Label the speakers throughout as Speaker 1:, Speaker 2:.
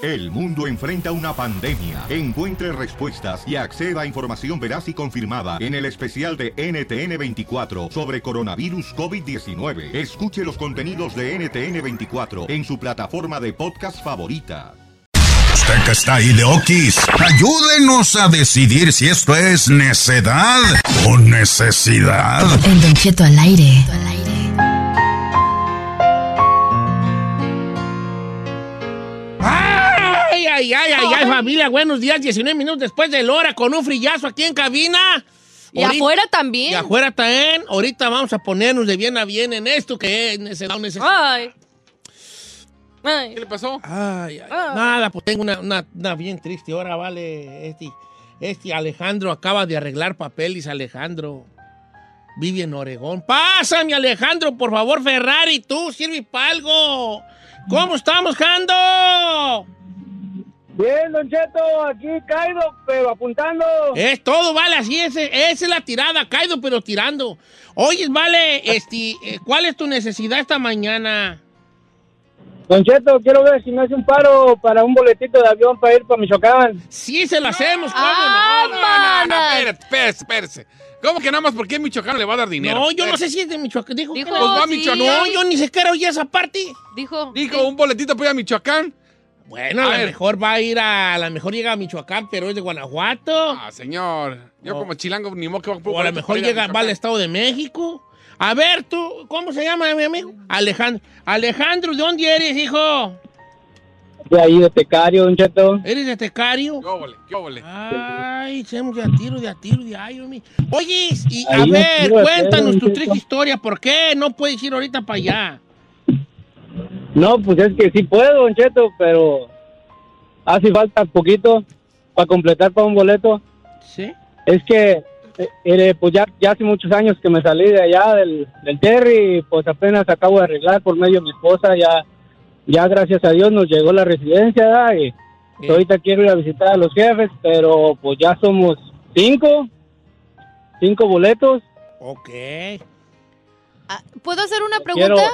Speaker 1: El mundo enfrenta una pandemia. Encuentre respuestas y acceda a información veraz y confirmada en el especial de NTN24 sobre coronavirus COVID-19. Escuche los contenidos de NTN24 en su plataforma de podcast favorita.
Speaker 2: Usted que está ahí de Okis, ayúdenos a decidir si esto es necedad o necesidad.
Speaker 3: En Don Cheto al aire.
Speaker 4: Ay, ay, ay, ay, ay, familia, buenos días. 19 minutos después de la hora con un frillazo aquí en cabina.
Speaker 5: Y
Speaker 4: Ahorita-
Speaker 5: afuera también.
Speaker 4: Y afuera también. Ahorita vamos a ponernos de bien a bien en esto que es necesidad, necesidad.
Speaker 5: Ay. Ay.
Speaker 6: ¿Qué le pasó?
Speaker 4: Ay, ay,
Speaker 5: Oh. Ah.
Speaker 4: Nada, pues tengo una, una- una bien triste hora, vale. Este, este Alejandro acaba de arreglar papeles, Alejandro. Vive en Oregón. Pásame, Alejandro, por favor, Ferrari, tú, sirve para algo. ¿Cómo estamos, Jando?
Speaker 7: Bien, Don Cheto, aquí caído, pero apuntando.
Speaker 4: Es todo, vale, así es, esa es la tirada, caído pero tirando. Oye, vale, este, eh, ¿cuál es tu necesidad esta mañana?
Speaker 7: Don Cheto, quiero ver si me hace un paro para un boletito de avión para ir para Michoacán.
Speaker 4: Sí, se lo hacemos, ¿cómo no?
Speaker 5: Ah,
Speaker 6: No, no,
Speaker 5: Manas.
Speaker 6: espérate, espérese, espérese. ¿Cómo que nada más porque en Michoacán le va a dar dinero?
Speaker 4: No, yo no sé si es de Michoacán. Dijo, que
Speaker 5: Dijo,
Speaker 4: no.
Speaker 6: Pues va
Speaker 5: sí.
Speaker 6: Michoacán.
Speaker 4: No, yo ni siquiera oí esa parte.
Speaker 5: Dijo. eh,
Speaker 6: Dijo, un boletito para ir a Michoacán.
Speaker 4: Bueno, a,
Speaker 6: A
Speaker 4: lo
Speaker 6: ver.
Speaker 4: mejor va a ir a, a lo mejor llega a Michoacán, pero es de Guanajuato.
Speaker 6: Ah, señor. Yo
Speaker 4: No.
Speaker 6: como chilango ni modo que voy
Speaker 4: o a lo mejor llega, va al Estado de México. A ver, tú, ¿cómo se llama mi amigo? Alejandro. Alejandro, ¿de dónde eres, hijo?
Speaker 7: De ahí, de Tecario, Don Cheto.
Speaker 4: ¿Eres de Tecario?
Speaker 6: ¿Qué óvole, qué óvole.
Speaker 4: Ay, seamos de a tiro, de a tiro, de ay, homie. Oye, y a
Speaker 7: Ahí
Speaker 4: ver,
Speaker 7: no quiero
Speaker 4: cuéntanos
Speaker 7: hacer,
Speaker 4: tu
Speaker 7: don
Speaker 4: triste
Speaker 7: Cheto.
Speaker 4: historia. ¿Por qué no puedes ir ahorita para allá?
Speaker 7: No, pues es que sí puedo, Don Cheto, pero hace falta poquito para completar para un boleto.
Speaker 4: ¿Sí?
Speaker 7: Es que, eh, eh, pues ya, ya hace muchos años que me salí de allá, del, del Terry, y pues apenas acabo de arreglar por medio de mi esposa, ya, ya gracias a Dios nos llegó la residencia, ¿verdad? y...
Speaker 4: Eh,
Speaker 7: Ahorita quiero ir a visitar a los jefes, pero pues ya somos cinco, cinco boletos.
Speaker 4: ok.
Speaker 5: Ah, ¿Puedo hacer una
Speaker 7: Quiero,
Speaker 5: pregunta?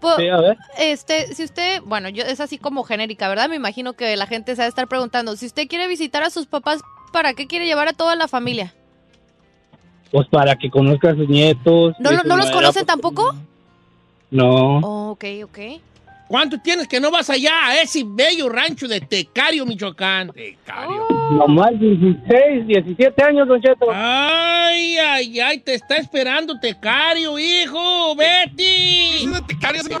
Speaker 5: Po-
Speaker 7: sí, a ver.
Speaker 5: Este, si usted, bueno, yo es así como genérica, ¿verdad? Me imagino que la gente se va a estar preguntando, si usted quiere visitar a sus papás, ¿para qué quiere llevar a toda la familia?
Speaker 7: Pues para que conozca a sus nietos.
Speaker 5: ¿No,
Speaker 7: de
Speaker 5: lo-
Speaker 7: su
Speaker 5: no los
Speaker 7: manera,
Speaker 5: conocen
Speaker 7: pues,
Speaker 5: tampoco?
Speaker 7: No.
Speaker 5: Oh, ok, ok.
Speaker 4: ¿Cuánto tienes que no vas allá a ese bello rancho de Tecario, Michoacán?
Speaker 6: Tecario.
Speaker 5: Oh.
Speaker 7: Nomás 16, 17 años, Don Cheto.
Speaker 4: Ay, ay, ay, te está esperando Tecario, hijo,
Speaker 6: ¿Es
Speaker 4: Betty.
Speaker 6: una tecario, señor?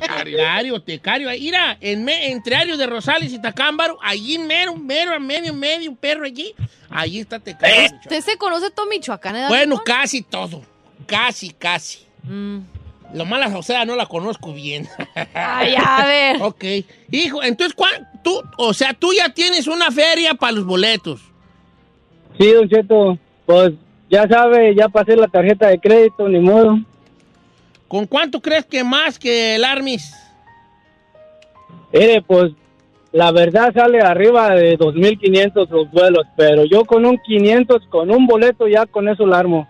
Speaker 6: Tecario.
Speaker 4: Tecario, Tecario. Ay, Mira, en me- entre Arios de Rosales y Tacámbaro, allí mero, mero, a medio, medio, un perro allí. Allí está Tecario. Michoacán.
Speaker 5: Usted se conoce todo Michoacán, ¿eh?
Speaker 4: Bueno,
Speaker 5: Don Ramón?
Speaker 4: casi todo. Casi, casi.
Speaker 5: Mm.
Speaker 4: Lo mala Sauceda no la conozco bien.
Speaker 5: Ay, a
Speaker 6: Oh,
Speaker 5: ver.
Speaker 4: ok. Hijo, entonces, ¿cuán- tú, o sea, tú ya tienes una feria para los boletos.
Speaker 7: Sí, Don Cheto. Pues ya sabe, ya pasé la tarjeta de crédito, ni modo.
Speaker 4: ¿Con cuánto crees que más que el Armis?
Speaker 7: Mire, pues la verdad sale arriba de 2.500 los vuelos, pero yo con un 500, con un boleto, ya con eso la armo.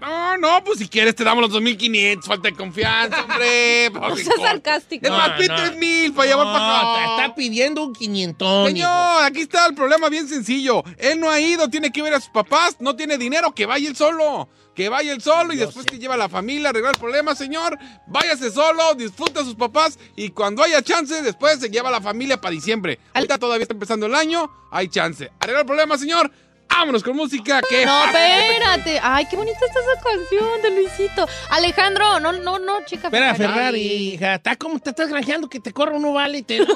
Speaker 6: No, no, no, pues si quieres te damos los 2500, falta de confianza, hombre.
Speaker 5: No
Speaker 6: Pues,
Speaker 5: seas
Speaker 6: co-
Speaker 5: sarcástico.
Speaker 6: Es más,
Speaker 4: No,
Speaker 6: pide
Speaker 4: no.
Speaker 6: 3000 para llevar
Speaker 4: No,
Speaker 6: para
Speaker 4: te
Speaker 6: acá.
Speaker 4: está pidiendo un quinientón.
Speaker 6: Señor, aquí está el problema bien sencillo. Él no ha ido, tiene que ver a sus papás, no tiene dinero, que vaya él solo. Que vaya él solo y
Speaker 4: Yo
Speaker 6: después
Speaker 4: sé.
Speaker 6: te lleva a la familia a arreglar el problema, señor. Váyase solo, disfruta a sus papás y cuando haya chance, después se lleva a la familia para diciembre. Ahorita todavía está empezando el año, hay chance. Arreglar el problema, señor. Vámonos con música. que
Speaker 5: No, espérate. Ay, qué bonita está esa canción de Luisito. Alejandro, no, no, no, chica.
Speaker 4: Espera, Ferrari, hija, está como te estás granjeando que te corra uno vale. Te... Ya-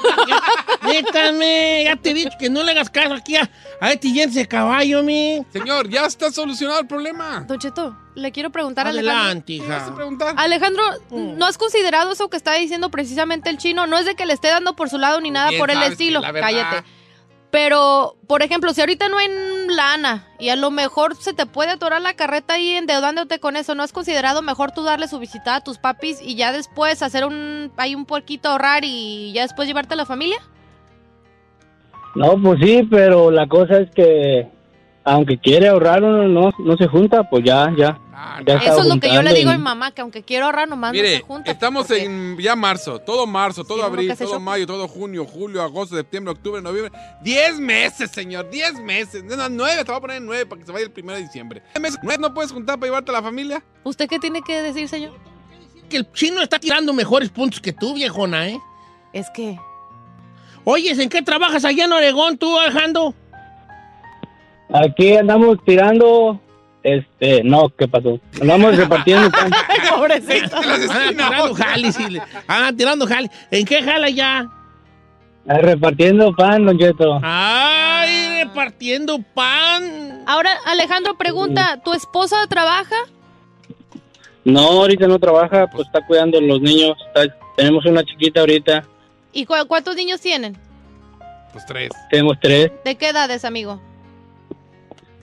Speaker 4: Déjame, ya te he dicho que no le hagas caso aquí a, a este Jens de caballo, mi.
Speaker 6: Señor, ya está solucionado el problema.
Speaker 5: Don Cheto, le quiero preguntar a Alejandro.
Speaker 4: Adelante, Mm.
Speaker 6: ¿Qué vas
Speaker 4: hija.
Speaker 6: a preguntar?
Speaker 5: Alejandro, ¿no has considerado eso que está diciendo precisamente el chino? No es de que le esté dando por su lado
Speaker 4: Pues
Speaker 5: ni nada
Speaker 6: Bien,
Speaker 5: por el
Speaker 6: sabes que
Speaker 5: estilo.
Speaker 6: la verdad-
Speaker 5: Cállate. Pero, por ejemplo, si ahorita no hay lana y a lo mejor se te puede atorar la carreta ahí endeudándote con eso, ¿no has considerado mejor tú darle su visita a tus papis y ya después hacer un, hay un puerquito ahorrar y ya después llevarte a la familia?
Speaker 7: No, pues sí, pero la cosa es que aunque quiere ahorrar uno no, no se junta, pues ya, ya.
Speaker 6: Ah,
Speaker 7: Ya está
Speaker 5: Eso es lo que yo le
Speaker 7: juntando
Speaker 5: digo a
Speaker 7: y-
Speaker 5: mi mamá, que aunque quiero ahorrar nomás no
Speaker 6: Mire,
Speaker 5: se junta.
Speaker 6: estamos
Speaker 5: porque-
Speaker 6: en ya marzo, todo marzo, todo
Speaker 5: Sí, uno que
Speaker 6: abril,
Speaker 5: hace
Speaker 6: todo
Speaker 5: shopping.
Speaker 6: mayo, todo junio, julio, agosto, septiembre, octubre, noviembre. ¡Diez meses, señor! ¡Diez meses! No, no, nueve, te voy a poner nueve para que se vaya el primero de diciembre. ¿Nueve meses? ¿Nueve no puedes juntar para llevarte a la familia?
Speaker 5: ¿Usted qué tiene que decir, señor?
Speaker 4: Que el chino está tirando mejores puntos que tú, viejona, ¿eh?
Speaker 5: Es que...
Speaker 4: Oyes, ¿en qué trabajas allá en Oregón tú, Alejandro?
Speaker 7: Aquí andamos tirando, este, no, ¿qué pasó? Andamos repartiendo pan.
Speaker 4: Ah, tirando jalis. y le- Ah, tirando jalis. ¿En qué jala ya?
Speaker 7: Ah, repartiendo pan, don Cheto.
Speaker 4: Ay, repartiendo pan.
Speaker 5: Ahora, Alejandro
Speaker 7: Mm.
Speaker 5: pregunta, ¿tu esposa trabaja?
Speaker 7: No, ahorita no trabaja, pues está cuidando a los niños. está- tenemos una chiquita ahorita,
Speaker 5: ¿Y cu- cuántos niños tienen?
Speaker 6: Pues tres.
Speaker 7: tenemos tres,
Speaker 5: ¿De qué edades, amigo?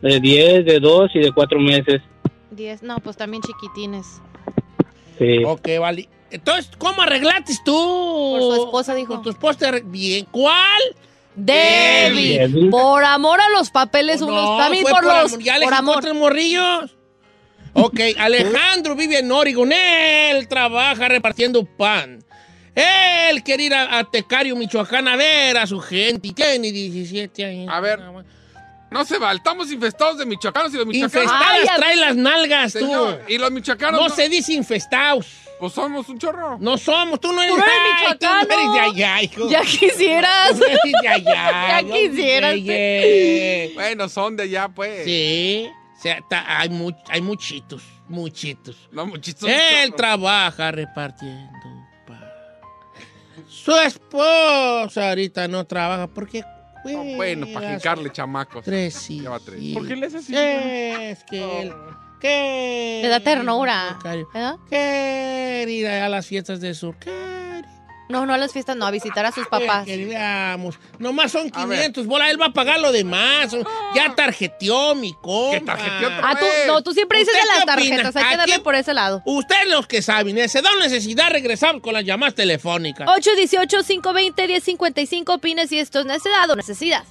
Speaker 7: de 10, de 2 y de 4 meses.
Speaker 5: Diez. No, pues también chiquitines.
Speaker 7: Sí.
Speaker 4: Ok, vale. Entonces, ¿cómo arreglaste tú? Por
Speaker 5: su esposa, dijo.
Speaker 4: Por tu esposa. te arre- Bien, ¿cuál?
Speaker 5: Debbie.
Speaker 7: Debbie.
Speaker 5: Por amor a los papeles, unos. También
Speaker 4: Oh, fue
Speaker 5: por, los.
Speaker 4: amor. Ya le
Speaker 5: por amor.
Speaker 4: otros morrillos. Ok, Alejandro vive en Oregon. Él trabaja repartiendo pan. Él quiere ir a, a Tecario, Michoacán, a ver a su gente. Y tiene 17 años. Ah,
Speaker 6: A ver, No se va, estamos infestados de michoacanos y los michoacanos.
Speaker 4: Infestadas
Speaker 5: Ay, a-
Speaker 4: trae las nalgas, tú.
Speaker 6: Señor, y los michoacanos.
Speaker 4: No se dice infestados.
Speaker 6: Pues somos un chorro.
Speaker 4: No somos, tú no eres,
Speaker 5: Tú no eres
Speaker 4: Ay, tú no
Speaker 5: michoacano.
Speaker 4: eres de allá, hijo.
Speaker 5: Ya quisieras.
Speaker 4: Tú eres de
Speaker 5: Ya
Speaker 4: allá.
Speaker 5: quisieras.
Speaker 4: Oye.
Speaker 6: Bueno, son de allá, pues.
Speaker 4: Sí, o sea, ta- hay, mu- hay muchitos, muchitos.
Speaker 6: No, muchísimos
Speaker 4: Él
Speaker 6: chorros.
Speaker 4: trabaja repartiendo pan. Su esposa ahorita no trabaja porque...
Speaker 6: No,
Speaker 4: cuida
Speaker 6: bueno, para jincarle, chamacos.
Speaker 4: Tres hijos.
Speaker 6: Lleva tres.
Speaker 4: ¿Por qué le haces Es que él... Que
Speaker 5: Le da ternura.
Speaker 4: Cario-
Speaker 5: ¿Eh?
Speaker 4: Querer ir a las fiestas del sur. Querer
Speaker 5: No, no a las fiestas, no, a visitar a sus papás.
Speaker 4: Que veamos. Nomás son
Speaker 6: A ver.
Speaker 4: 500 bola Él va a pagar lo demás. Ya tarjeteó mi compa.
Speaker 6: Que tarjeteó otra
Speaker 5: Ah, tú, no, tú siempre dices
Speaker 4: Pues, ¿Usted
Speaker 5: de las
Speaker 4: qué opina?
Speaker 5: tarjetas, hay
Speaker 4: ¿A
Speaker 5: que darle
Speaker 4: quién-
Speaker 5: por ese lado.
Speaker 4: Ustedes los que saben, ¿eh? se da una necesidad, regresamos con las llamadas telefónicas.
Speaker 5: 818-520-1055, opines si esto es necesidad o necesidad.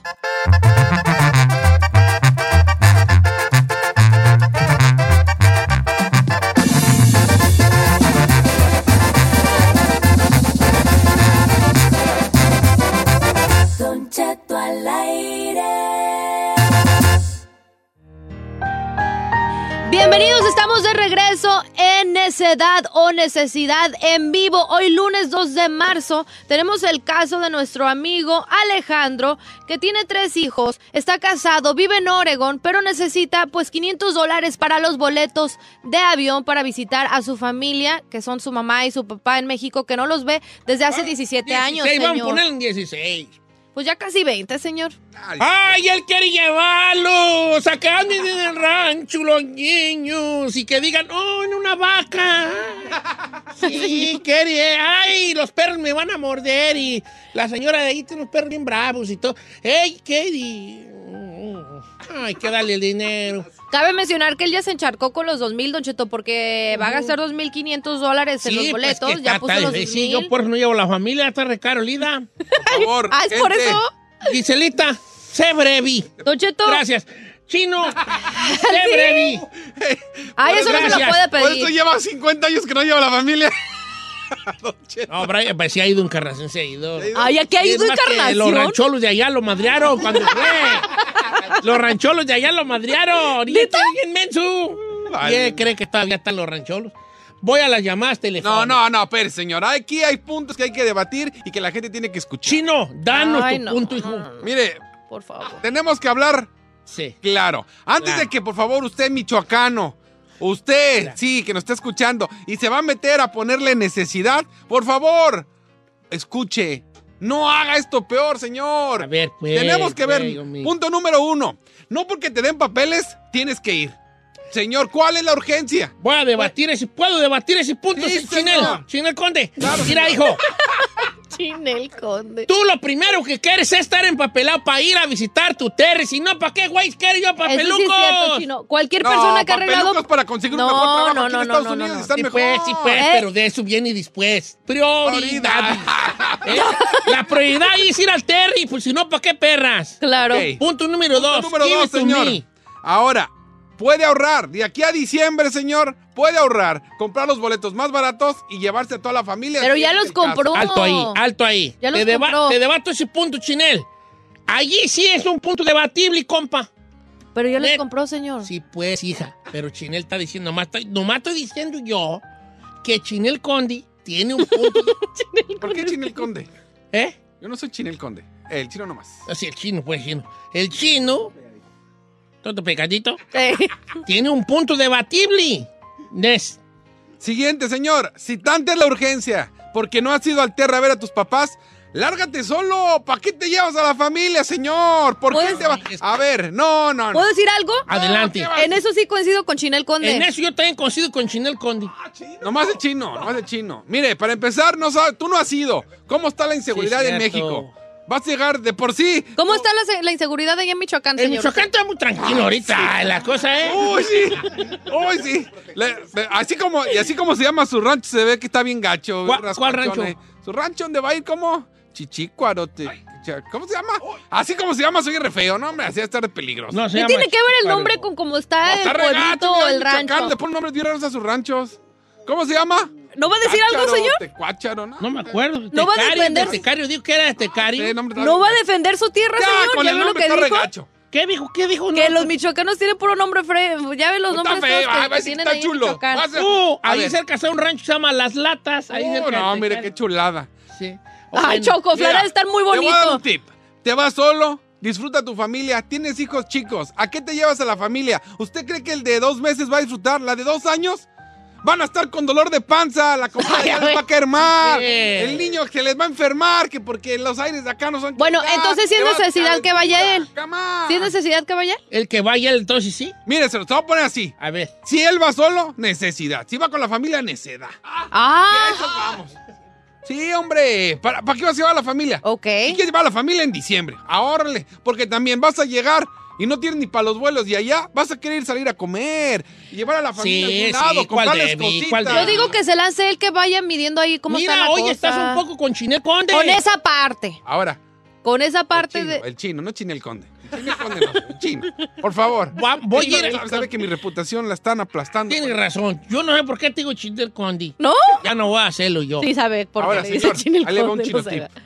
Speaker 5: Bienvenidos, estamos de regreso en Necedad o Necesidad en vivo. Hoy lunes 2 de marzo tenemos el caso de nuestro amigo Alejandro, que tiene tres hijos, está casado, vive en Oregon, pero necesita pues 500 dólares para los boletos de avión para visitar a su familia, que son su mamá y su papá en México, que no los ve desde hace 17 años,
Speaker 4: 16, Ah, Vamos a
Speaker 5: señor.
Speaker 4: ponerle en 16.
Speaker 5: Pues ya casi 20, señor.
Speaker 4: ¡Ay, él quiere llevarlos! Sacando del rancho los niños y que digan, ¡oh, en una vaca! Sí, quiere. ¡Ay, los perros me van a morder! Y la señora de ahí tiene unos perros bien bravos y todo. ¡Ey, Kerry! ¡Ay, que darle el dinero!
Speaker 5: Cabe mencionar que él ya se encharcó con los 2.000, Don Cheto, porque va a gastar 2.500 dólares en los
Speaker 4: pues,
Speaker 5: boletos.
Speaker 4: que
Speaker 5: ya
Speaker 4: está-
Speaker 5: puso
Speaker 4: está-
Speaker 5: los
Speaker 4: Sí, yo
Speaker 5: 2.000.
Speaker 4: por eso no llevo la familia, está recaro, Lida.
Speaker 6: Por favor.
Speaker 5: Ah, ¿es por
Speaker 6: gente.
Speaker 5: eso?
Speaker 4: Giselita, sé breve.
Speaker 5: Don Cheto,
Speaker 4: Gracias. ¡Chino! ¡Qué brevi!
Speaker 5: Ay, eso no se lo
Speaker 4: Gracias.
Speaker 5: puede
Speaker 6: Por eso
Speaker 5: pedir.
Speaker 6: lleva 50 años que no lleva la familia.
Speaker 4: No, Brian, pues sí ha ido encarnación, sí ha ido.
Speaker 8: Ay,
Speaker 5: Ah,
Speaker 8: aquí ha
Speaker 4: Es
Speaker 8: ido
Speaker 4: más que Los
Speaker 8: encarnación.
Speaker 4: rancholos de allá lo madrearon cuando fue. los rancholos de allá lo madrearon. Y este es bien menso.
Speaker 6: Vale.
Speaker 4: Y él cree que todavía están los rancholos. Voy a las llamadas
Speaker 6: No,
Speaker 4: telefónicas.
Speaker 6: no, no, pero señor, aquí hay puntos que hay que debatir y que la gente tiene que escuchar.
Speaker 4: Chino, danos
Speaker 5: Ay,
Speaker 4: tu
Speaker 5: no,
Speaker 4: punto,
Speaker 5: no,
Speaker 4: hijo.
Speaker 5: no, no.
Speaker 6: Mire,
Speaker 5: Por favor.
Speaker 6: tenemos que hablar
Speaker 4: Sí.
Speaker 6: claro. Antes
Speaker 4: Claro.
Speaker 6: de que, por favor, usted michoacano, usted,
Speaker 4: Claro.
Speaker 6: sí, que nos está escuchando y se va a meter a ponerle necesidad, por favor, escuche. No haga esto peor, señor.
Speaker 4: A ver, pues.
Speaker 6: Tenemos que ver.
Speaker 4: güey, hombre.
Speaker 6: Punto número uno. No porque te den papeles, tienes que ir. Señor, ¿cuál es la urgencia?
Speaker 4: Voy a debatir ese. ¿Puedo debatir ese punto,
Speaker 6: Sí,
Speaker 4: sin
Speaker 6: señor.
Speaker 4: Chinel? Chinel Conde. Mira, hijo.
Speaker 5: Chinel Conde.
Speaker 4: Tú lo primero que quieres es estar empapelado para ir a visitar tu terry. Si no, ¿para qué, güey? Quiero yo
Speaker 5: Eso sí es cierto,
Speaker 4: papelucos.
Speaker 5: Chino. Cualquier
Speaker 6: No,
Speaker 5: persona que ha
Speaker 6: papelucos
Speaker 5: arreglado...
Speaker 6: para conseguir
Speaker 5: No,
Speaker 6: un mejor trabajo
Speaker 5: no,
Speaker 6: aquí
Speaker 5: no,
Speaker 6: en Estados
Speaker 5: no, no,
Speaker 6: Unidos
Speaker 5: no.
Speaker 6: está
Speaker 4: Sí,
Speaker 6: mejor.
Speaker 4: pues, sí, pues,
Speaker 5: Eh.
Speaker 4: pero de eso viene después. Prioridades. Eh, La prioridad es ir al Terry, pues si no, ¿para qué perras?
Speaker 5: Claro.
Speaker 6: Ok.
Speaker 4: Punto número dos.
Speaker 6: Punto número
Speaker 4: give
Speaker 6: dos,
Speaker 4: it to
Speaker 6: señor.
Speaker 4: me.
Speaker 6: Ahora, puede ahorrar. De aquí a diciembre, señor, puede ahorrar. Comprar los boletos más baratos y llevarse a toda la familia.
Speaker 5: Pero
Speaker 6: Si
Speaker 5: ya
Speaker 6: es
Speaker 5: los
Speaker 6: el caso.
Speaker 5: compró.
Speaker 4: Alto ahí, alto ahí.
Speaker 5: Ya los
Speaker 4: te, deba-
Speaker 5: compró.
Speaker 4: te debato ese punto, Chinel. Allí sí es un punto debatible, compa.
Speaker 5: Pero ya los
Speaker 4: Net.
Speaker 5: compró, señor.
Speaker 4: Eh. Sí, pues, hija. Pero Chinel está diciendo, nomás estoy, nomás estoy diciendo yo que Chinel Condi tiene un punto.
Speaker 6: ¿Por qué Chinel Conde?
Speaker 4: ¿Eh?
Speaker 6: Yo no soy Chinel Conde. El chino nomás.
Speaker 4: Así, el chino, pues, el chino. El chino, todo pecadito,
Speaker 5: Sí.
Speaker 4: tiene un punto debatible. Nes.
Speaker 6: Siguiente, señor. Si tanta es la urgencia, porque no has ido al tierra a ver a tus papás, lárgate solo. ¿Para qué te llevas a la familia, señor? ¿Por qué
Speaker 4: Pues
Speaker 5: ¿Puedes-
Speaker 6: te vas? A ver, no, no, no.
Speaker 5: ¿Puedo decir algo?
Speaker 4: Adelante.
Speaker 6: ¿qué va?
Speaker 5: En eso sí coincido con Chinel Conde.
Speaker 4: En eso yo también coincido con Chinel Condi.
Speaker 5: Ah,
Speaker 6: Nomás el chino, nomás el chino. Mire, para empezar, no sabe- tú no has ido. ¿Cómo está la inseguridad
Speaker 4: Sí,
Speaker 6: en
Speaker 4: cierto.
Speaker 6: México? Vas a llegar de por sí.
Speaker 5: ¿Cómo está la, la inseguridad allá en Michoacán,
Speaker 4: En
Speaker 5: señor? Ah, Uh,
Speaker 4: Michoacán está muy tranquilo ahorita, la cosa ¿eh? es.
Speaker 6: ¡Uy, sí! ¡Uy, sí! Le- le- así, como, y así como se llama su rancho, se ve que está bien gacho.
Speaker 4: ¿Cuál-
Speaker 6: bien
Speaker 4: cuál
Speaker 6: rascachón,
Speaker 4: rancho?
Speaker 6: eh. Su rancho, ¿dónde va a ir? ¿Cómo? Chichicuarote. Cha- ¿Cómo se llama? Así como se llama, soy re feo, ¿no? Hombre, así va a estar de peligroso.
Speaker 4: No se
Speaker 5: ¿Qué
Speaker 4: llama
Speaker 5: tiene que ver el
Speaker 4: Chicuaro.
Speaker 5: nombre con cómo está
Speaker 6: Está
Speaker 5: Ah, el
Speaker 6: re gacho,
Speaker 5: pueblito o
Speaker 6: mira,
Speaker 5: el
Speaker 6: Michoacán,
Speaker 5: rancho?
Speaker 6: Le ponen nombres bien raros a sus ranchos. ¿Cómo se llama?
Speaker 5: ¿No va a decir algo,
Speaker 6: Cácharo,
Speaker 5: señor?
Speaker 6: Tecuácharo, ¿no?
Speaker 4: No me acuerdo.
Speaker 5: ¿No va a
Speaker 4: Tecario,
Speaker 5: defender-
Speaker 4: de Tecario, digo que era de Tecario.
Speaker 6: Sí, nombre está
Speaker 5: ¿No
Speaker 6: bien
Speaker 5: va a
Speaker 6: gacho.
Speaker 5: defender su tierra,
Speaker 6: Ya,
Speaker 5: señor?
Speaker 6: con
Speaker 5: ¿Ya
Speaker 6: el
Speaker 5: ve lo
Speaker 6: nombre
Speaker 5: que
Speaker 6: está re
Speaker 5: dijo?
Speaker 6: gacho.
Speaker 4: ¿Qué dijo? ¿Qué dijo?
Speaker 5: Que
Speaker 4: No,
Speaker 5: los
Speaker 4: no.
Speaker 5: michoacanos tienen puro nombre feo. Ya ve los
Speaker 6: Está
Speaker 5: nombres
Speaker 6: feo,
Speaker 5: feos que-
Speaker 6: ay,
Speaker 5: que,
Speaker 6: va, sí
Speaker 5: tienen
Speaker 6: está
Speaker 5: ahí en
Speaker 6: chulo.
Speaker 5: Michoacán.
Speaker 6: Va a ser-
Speaker 4: Uh,
Speaker 6: A
Speaker 4: ahí
Speaker 6: ver.
Speaker 4: cerca está un rancho que se llama Las Latas. Ahí
Speaker 6: Uh,
Speaker 4: cerca de
Speaker 6: no, mire qué
Speaker 4: Tecario.
Speaker 6: chulada.
Speaker 4: Sí. O
Speaker 5: Ay,
Speaker 4: en-
Speaker 5: Choco,
Speaker 6: Mira,
Speaker 5: Flora, están muy
Speaker 6: Te voy a dar un
Speaker 5: bonitos.
Speaker 6: tip. Te vas solo, disfruta tu familia, tienes hijos chicos. ¿A qué te llevas a la familia? ¿Usted cree que el de dos meses va a disfrutar? ¿La de dos años? Van a estar con dolor de panza, la comida
Speaker 5: Ay,
Speaker 6: ya
Speaker 5: a
Speaker 6: les
Speaker 5: ver.
Speaker 6: va a caer mal,
Speaker 4: Sí.
Speaker 6: el niño se les va a enfermar, que porque los aires de acá no son...
Speaker 5: Bueno, entonces sí es
Speaker 6: Te vas a
Speaker 5: necesidad que vaya él.
Speaker 6: Come on.
Speaker 5: ¿Tienes necesidad, caballero?
Speaker 4: El que vaya entonces sí.
Speaker 6: Mire, se los voy a poner así.
Speaker 4: A ver.
Speaker 6: Si él va solo, necesidad. Si va con la familia, necedad.
Speaker 5: Ah,
Speaker 6: Eso vamos. Sí, hombre, ¿para, para qué vas a llevar a la familia?
Speaker 5: ok.
Speaker 6: Y que llevar a la familia en diciembre. Ahórrale, porque también vas a llegar y no tienes ni para los vuelos y allá vas a querer salir a comer y llevar a la familia
Speaker 4: Sí,
Speaker 6: a algún lado,
Speaker 4: sí, ¿cuál
Speaker 6: comprarles
Speaker 4: debí?
Speaker 6: cositas.
Speaker 4: ¿Cuál debí?
Speaker 5: Yo digo que se lance él que vaya midiendo ahí cómo
Speaker 4: Mira,
Speaker 5: está la
Speaker 4: hoy
Speaker 5: cosa.
Speaker 4: estás un poco con Chinel Conde.
Speaker 5: Con esa parte.
Speaker 6: Ahora,
Speaker 5: Con esa parte
Speaker 6: el, chino,
Speaker 5: de...
Speaker 6: el chino, no chino el conde. El chino, el conde no, el chino. Por favor.
Speaker 4: Va- voy
Speaker 6: Chino,
Speaker 4: a ir-
Speaker 6: él Sabe que mi reputación la están aplastando.
Speaker 4: Tienes razón. Yo no sé por qué te digo Chinel Conde.
Speaker 5: ¿No?
Speaker 4: Ya no voy a hacerlo yo.
Speaker 5: Sí, sabe por qué
Speaker 6: Ahora,
Speaker 5: le
Speaker 6: señor,
Speaker 5: dice Chinel
Speaker 6: ahí le va un
Speaker 5: Conde,
Speaker 6: chino
Speaker 5: no sabe.
Speaker 6: tip.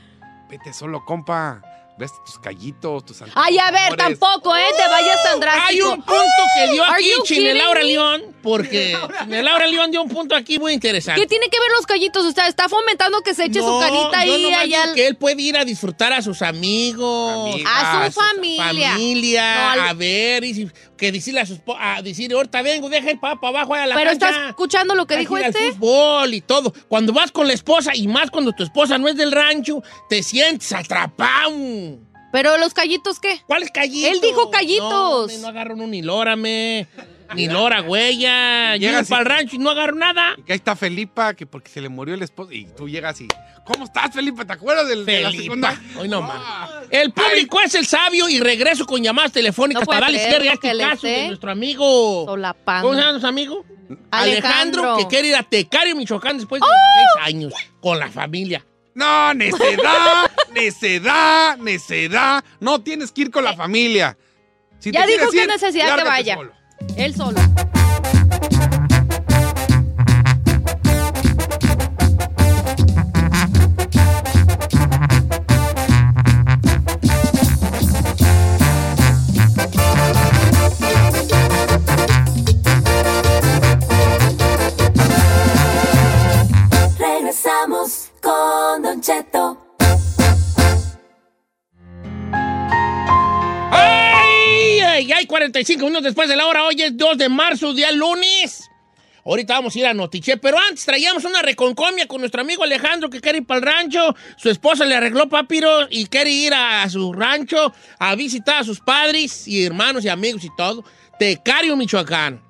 Speaker 6: Vete solo, compa. Ves tus callitos, tus anteojos.
Speaker 5: Ay, a ver, tampoco, ¿eh? Te vayas tan drástico.
Speaker 4: Hay un punto que dio
Speaker 5: Are
Speaker 4: aquí
Speaker 5: you kidding
Speaker 4: Chinelaura
Speaker 5: me?
Speaker 4: León, porque Chinelaura León dio un punto aquí muy interesante.
Speaker 5: ¿Qué tiene que ver los callitos? O sea, está fomentando que se eche
Speaker 4: No,
Speaker 5: su carita
Speaker 4: yo
Speaker 5: ahí,
Speaker 4: nomás
Speaker 5: allá.
Speaker 4: digo que él puede ir a disfrutar a sus amigos.
Speaker 6: Amigos.
Speaker 5: A
Speaker 6: Ah,
Speaker 5: su
Speaker 6: su
Speaker 5: familia.
Speaker 4: familia,
Speaker 5: No, al-
Speaker 4: a ver, y si- que decirle a sus po- a decir, ahorita vengo, deja el papá abajo allá a la
Speaker 5: Pero
Speaker 4: cancha.
Speaker 5: estás escuchando lo que
Speaker 4: Hay
Speaker 5: dijo
Speaker 4: ir al
Speaker 5: este.
Speaker 4: fútbol y todo. Cuando vas con la esposa y más cuando tu esposa no es del rancho, te sientes atrapado.
Speaker 5: Pero los callitos, ¿qué?
Speaker 4: ¿Cuál callitos?
Speaker 5: Él dijo callitos.
Speaker 4: No, hombre, no agarro uno, ni lórame, ni lora huella.
Speaker 6: Llega
Speaker 4: Llegas
Speaker 6: así.
Speaker 4: para el rancho y no agarro nada.
Speaker 6: Y que ahí está Felipa, que porque se le murió el esposo. Y tú llegas y. ¿Cómo estás, Felipa? ¿Te acuerdas del, de la
Speaker 4: Felipa.
Speaker 6: segunda?
Speaker 4: Hoy no
Speaker 6: Ah.
Speaker 4: mames. El público es el sabio y regreso con llamadas telefónicas
Speaker 5: No puede
Speaker 4: para darle
Speaker 5: creer
Speaker 4: cierre a
Speaker 5: lo que
Speaker 4: este
Speaker 5: le
Speaker 4: caso
Speaker 5: sé.
Speaker 4: de nuestro amigo.
Speaker 5: Solapando.
Speaker 4: Oh. ¿Cómo se llama nuestro amigo?
Speaker 5: Alejandro. ¡Oh!
Speaker 4: que quiere ir a Tecario, Michoacán, después de 16 años con la familia.
Speaker 6: No, necedad, necedad, necedad. No tienes que ir con la familia. Si
Speaker 5: Eh, ya
Speaker 6: te
Speaker 5: dijo
Speaker 6: quieres
Speaker 5: que
Speaker 6: ir,
Speaker 5: es necesidad que
Speaker 6: lárgate
Speaker 5: vaya.
Speaker 6: solo.
Speaker 5: Él solo.
Speaker 3: Regresamos con Don Cheto.
Speaker 4: ¡Ay! ay, ay! 45 minutos después de la hora. Hoy es 2 de marzo, día lunes. Ahorita vamos a ir a Notiche, pero antes traíamos una reconcomia con nuestro amigo Alejandro que quiere ir para el rancho. Su esposa le arregló papiro y quiere ir a, su rancho a visitar a sus padres y hermanos y amigos y todo. Tecario, Michoacán.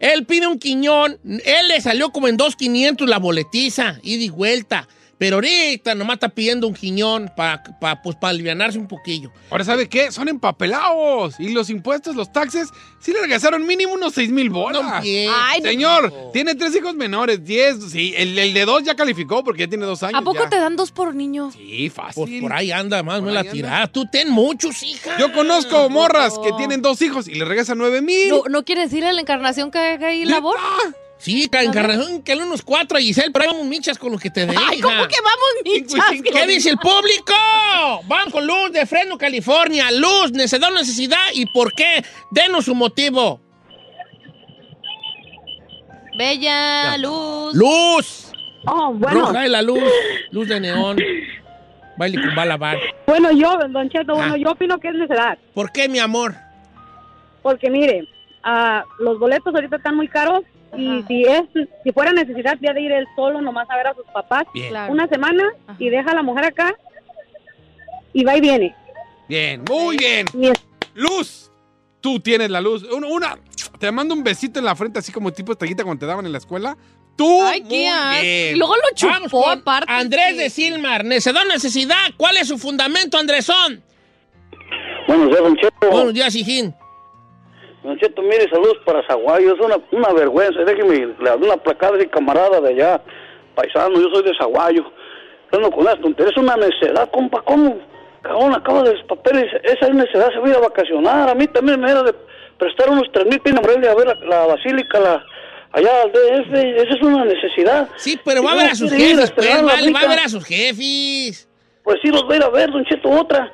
Speaker 4: Él pide un quiñón. Él le salió como en 2.500 la boletiza, ida y vuelta. Pero ahorita nomás está pidiendo un quiñón para pues, pa alivianarse un poquillo.
Speaker 6: Ahora, ¿sabe qué? Son empapelados. Y los impuestos, los taxes, sí le regresaron mínimo unos 6 mil bolas.
Speaker 4: No, bien.
Speaker 5: Ay, no.
Speaker 6: Señor, tiene tres hijos menores, 10. Sí, el, el de dos ya calificó porque ya tiene dos años.
Speaker 5: ¿A poco
Speaker 6: ya.
Speaker 5: te dan dos por niño?
Speaker 6: Sí, fácil.
Speaker 4: Pues por ahí anda, más no
Speaker 6: Por
Speaker 4: la
Speaker 6: ahí anda.
Speaker 4: tirada. Tú ten muchos, hija.
Speaker 6: Yo conozco morras que
Speaker 5: poco.
Speaker 6: tienen dos hijos y le regresan 9 mil.
Speaker 5: ¿No, ¿No quiere decirle a la encarnación que haga ahí labor?
Speaker 4: Sí, ca- encarnación, que le unos cuatro a Giselle, pero ahí vamos michas con lo que te dé,
Speaker 5: Ay,
Speaker 4: hija.
Speaker 5: ¿cómo que vamos, michas?
Speaker 4: ¿Qué dice el público? Vamos con Luz de Fresno, California. Luz, necesidad, necesidad. ¿Y por qué? Denos su motivo.
Speaker 5: Bella luz.
Speaker 4: Luz.
Speaker 9: Oh, bueno,
Speaker 4: Roja de la luz. Luz de neón. Baile con bala, bar.
Speaker 9: bueno, yo, Don Cheto, bueno,
Speaker 4: Ah.
Speaker 9: yo opino que es necesidad,
Speaker 4: ¿Por qué, mi amor?
Speaker 9: porque mire, ah, los boletos ahorita están muy caros y
Speaker 5: Ajá.
Speaker 9: si es, si fuera necesidad ya de ir él solo nomás a ver a sus papás
Speaker 6: Bien,
Speaker 5: Claro.
Speaker 9: una semana
Speaker 5: Ajá.
Speaker 9: y deja a la mujer acá y va y viene.
Speaker 6: bien, muy bien.
Speaker 9: Bien.
Speaker 6: Luz, tú tienes la luz. Una, una- te mando un besito en la frente, así como tipo estrellita cuando te daban en la escuela. Tú,
Speaker 5: Ay,
Speaker 6: muy
Speaker 5: qué asco.
Speaker 6: bien.
Speaker 5: Y Luego lo
Speaker 4: Vamos
Speaker 5: chupó
Speaker 4: con
Speaker 5: aparte.
Speaker 4: Andrés
Speaker 5: sí.
Speaker 4: de Silmar. Necesidad, necesidad. ¿Cuál es su fundamento, Andresón?
Speaker 10: Bueno, ya, Don Cheto.
Speaker 4: Buenos días, hijín.
Speaker 10: Don Cheto, mire, saludos para Zaguayo. Es una, una vergüenza. Déjeme le hablé una placada de camarada de allá, paisano. Yo soy de Zaguayo. Yo no con las tonterías. Es una necedad, compa. ¿Cómo? Cagón, acaba de los papeles. Esa es necedad. Se voy a ir a vacacionar. A mí también me era de prestar unos tres mil pinos a ver la, la basílica, la. Allá al DF, esa es una necesidad.
Speaker 4: Sí, pero va a
Speaker 10: Y
Speaker 4: ver
Speaker 10: uno
Speaker 4: a sus
Speaker 10: quiere ir
Speaker 4: jefes,
Speaker 10: esperar
Speaker 4: pues,
Speaker 10: la
Speaker 4: vale, va a
Speaker 10: rica.
Speaker 4: ver a sus jefes.
Speaker 10: Pues sí, los voy a ir a ver, Don Cheto, otra.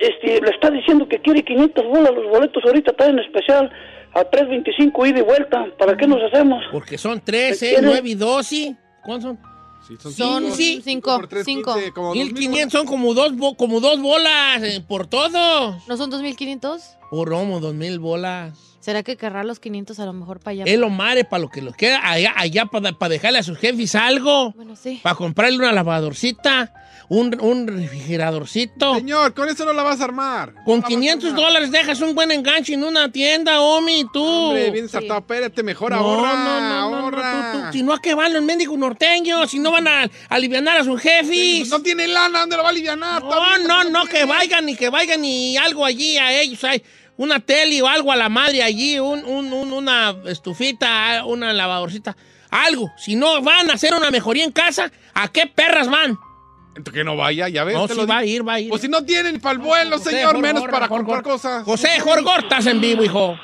Speaker 10: Este, le está diciendo que quiere 500 bolas, los boletos ahorita están en especial a 3.25 ida y vuelta. ¿Para qué nos hacemos?
Speaker 4: Porque son 13,
Speaker 10: ¿Quién es?
Speaker 4: 9 y 12. ¿Cuántos son?
Speaker 6: Sí, son
Speaker 5: Son
Speaker 6: cinco,
Speaker 5: cinco,
Speaker 6: cinco por tres,
Speaker 5: cinco.
Speaker 6: quince, como dos mil.
Speaker 4: 1500 son como dos, bo- como dos bolas eh, por todo.
Speaker 5: ¿No son 2.500?
Speaker 4: Por romo, 2000 bolas.
Speaker 5: ¿Será que querrá los 500 a lo mejor para allá?
Speaker 4: Es lo mare para lo que los queda. Allá, allá para dejarle a sus jefes algo.
Speaker 5: Bueno, sí.
Speaker 4: Para comprarle una lavadorcita, un, un refrigeradorcito.
Speaker 6: Señor, con eso no la vas a armar. No la
Speaker 4: Con
Speaker 6: vas a
Speaker 4: 500
Speaker 6: armar.
Speaker 4: dólares dejas un buen enganche en una tienda, Omi, tú.
Speaker 6: Hombre, vienes
Speaker 5: Sí.
Speaker 6: hartado, espérate, mejor
Speaker 4: No,
Speaker 6: ahorra,
Speaker 4: no, no, no, no,
Speaker 6: ahorra.
Speaker 4: tú- tú, si no, ¿a qué van los mendigos norteños? Si no van a aliviar a sus
Speaker 6: Sí,
Speaker 4: jefes.
Speaker 6: pues no tiene lana, ¿dónde lo va a alivianar?
Speaker 4: No,
Speaker 6: Está bien,
Speaker 4: no,
Speaker 6: está
Speaker 4: no,
Speaker 6: bien.
Speaker 4: que vayan y que vayan y algo allí a ellos. Hay una tele o algo a la madre allí, un, un- un- una estufita, una lavadorcita, algo. Si no van a hacer una mejoría en casa, ¿a qué perras van?
Speaker 6: Entonces, Que no vaya, ya ves.
Speaker 4: No,
Speaker 6: te
Speaker 4: si
Speaker 6: lo
Speaker 4: va a
Speaker 6: digo.
Speaker 4: ir, va a ir.
Speaker 6: Pues si no tienen para el vuelo,
Speaker 4: José,
Speaker 6: señor,
Speaker 4: Jorge,
Speaker 6: menos
Speaker 4: Jorge,
Speaker 6: para
Speaker 4: Jorge,
Speaker 6: comprar
Speaker 4: Jorge.
Speaker 6: cosas.
Speaker 4: José Jorgor, estás en vivo, hijo.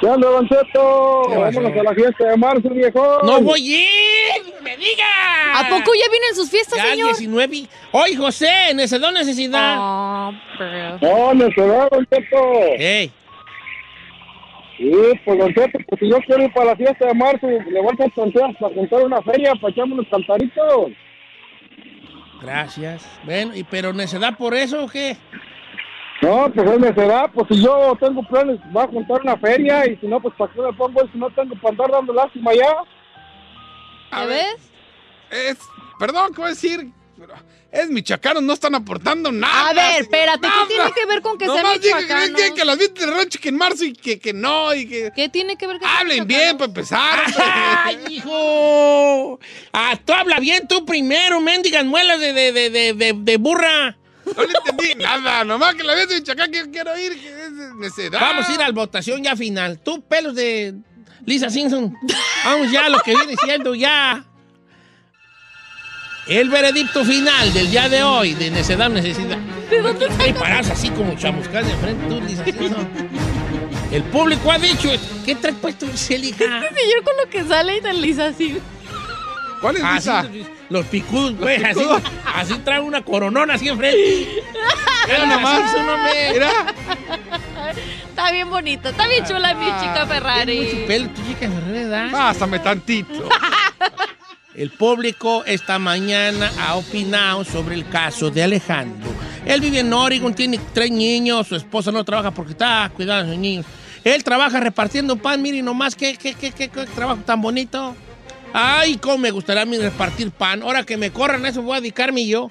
Speaker 7: ¿Qué onda, Don Cheto?
Speaker 4: ¿Qué pasó?
Speaker 7: Vámonos a la fiesta de marzo, viejo.
Speaker 4: No voy a ir, me diga.
Speaker 5: ¿A poco ya vienen sus fiestas,
Speaker 4: Ya
Speaker 5: señor?
Speaker 4: 19. Hoy, José, necesito necesidad.
Speaker 5: Ah, pero-
Speaker 7: No, necesidad, Don Cheto.
Speaker 4: Ey,
Speaker 7: Sí, pues, Don Cheto, pues si yo quiero ir para la fiesta de marzo, le voy a tontear para juntar una feria para echarme unos cantaritos.
Speaker 4: gracias. Bueno, y pero necesidad por eso o qué?
Speaker 7: No, pues es necesidad, pues si yo tengo planes, voy a juntar una feria y si no, pues para qué me pongo, si no tengo para andar dando lástima ya.
Speaker 6: A
Speaker 5: ¿Ya
Speaker 6: ver,
Speaker 5: ves?
Speaker 6: es, perdón, ¿qué voy a decir? Pero es michacanos, no están aportando nada.
Speaker 5: A ver,
Speaker 6: señor,
Speaker 5: espérate,
Speaker 6: nada.
Speaker 5: ¿qué tiene que ver con que sean
Speaker 6: Nomás dije que-
Speaker 5: michoacanos?
Speaker 6: Que, que las viste de rancho que en marzo y que, que no, y que...
Speaker 5: ¿Qué tiene que ver que sean
Speaker 6: Hablen bien para
Speaker 5: michoacanos?
Speaker 6: empezar.
Speaker 4: ¡Ay, hijo! Ah, tú habla bien tú primero, mendigas muelas de, de, de, de, de- de burra.
Speaker 6: No le entendí nada, nomás que la vez de Michoacán que yo quiero ir, que es necedad.
Speaker 4: Vamos a ir a la votación ya final. Tú, pelos de Lisa Simpson. Vamos ya a lo que viene siendo ya. El veredicto final del día de hoy de Necedad Necesita. ¿De dónde Te paras así como chamuscas de frente, tú dices así, ¿no? El público ha dicho, ¿qué traes puesto, Celija?
Speaker 5: Este señor con lo que sale y tan lisa así.
Speaker 6: ¿Cuál
Speaker 5: Ah,
Speaker 6: es
Speaker 4: Así,
Speaker 6: esa?
Speaker 4: Ah, Los picudos, güey, así, así trae una coronona así enfrente.
Speaker 6: Mira nomás. Mira.
Speaker 5: Está bien bonito, está bien chula
Speaker 6: Ah,
Speaker 5: mi chica Ferrari.
Speaker 4: Pelo, tu chica Ferrari, ¿verdad?
Speaker 6: Pásame tantito.
Speaker 4: El público esta mañana ha opinado sobre el caso de Alejandro. Él vive en Oregon, tiene tres niños, su esposa no trabaja porque está cuidando a sus niños. Él trabaja repartiendo pan, miren nomás qué, qué, qué, qué, qué trabajo tan bonito. Ay, cómo me gustaría a mí repartir pan. Ahora que me corran eso voy a dedicarme yo.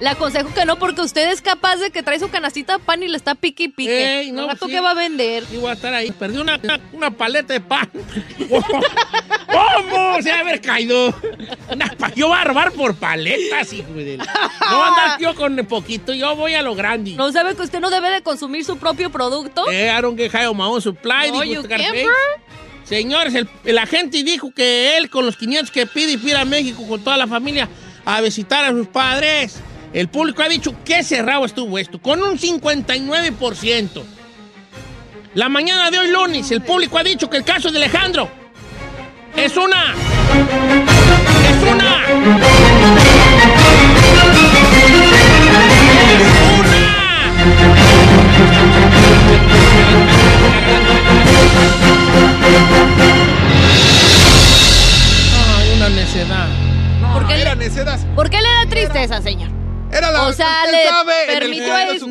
Speaker 5: Le aconsejo que no, porque usted es capaz de que trae su canastita de pan y le está pique y pique.
Speaker 4: Ey, no,
Speaker 5: Ahora, ¿tú
Speaker 4: sí.
Speaker 5: qué va a vender?
Speaker 4: Y voy a estar ahí. Perdí una, una, una paleta de pan. ¿Cómo se ha de haber caído? Una pa- yo voy a robar por paletas, hijo de... la- No voy a andar yo con poquito, yo voy a lo grande.
Speaker 5: ¿No sabe que usted no debe de consumir su propio producto?
Speaker 4: Eh, I don't get high on my own supply,
Speaker 5: No,
Speaker 4: dijo este
Speaker 5: you
Speaker 4: Scarface.
Speaker 5: can't, bro.
Speaker 4: Señores, el, el agente dijo que él con los 500 que pide y pide a México con toda la familia a visitar a sus padres. El público ha dicho que cerrado estuvo esto, con un 59%. La mañana de hoy lunes, el público ha dicho que el caso de Alejandro es una... Es una... Ay, una necedad.
Speaker 5: ¿Por qué,
Speaker 6: Era
Speaker 5: le,
Speaker 6: necedas.
Speaker 5: por qué le da tristeza, señor?
Speaker 6: Era la
Speaker 5: O sea,
Speaker 6: usted
Speaker 5: le
Speaker 6: sabe en el
Speaker 5: permitió
Speaker 6: fondo de
Speaker 5: eso.
Speaker 6: su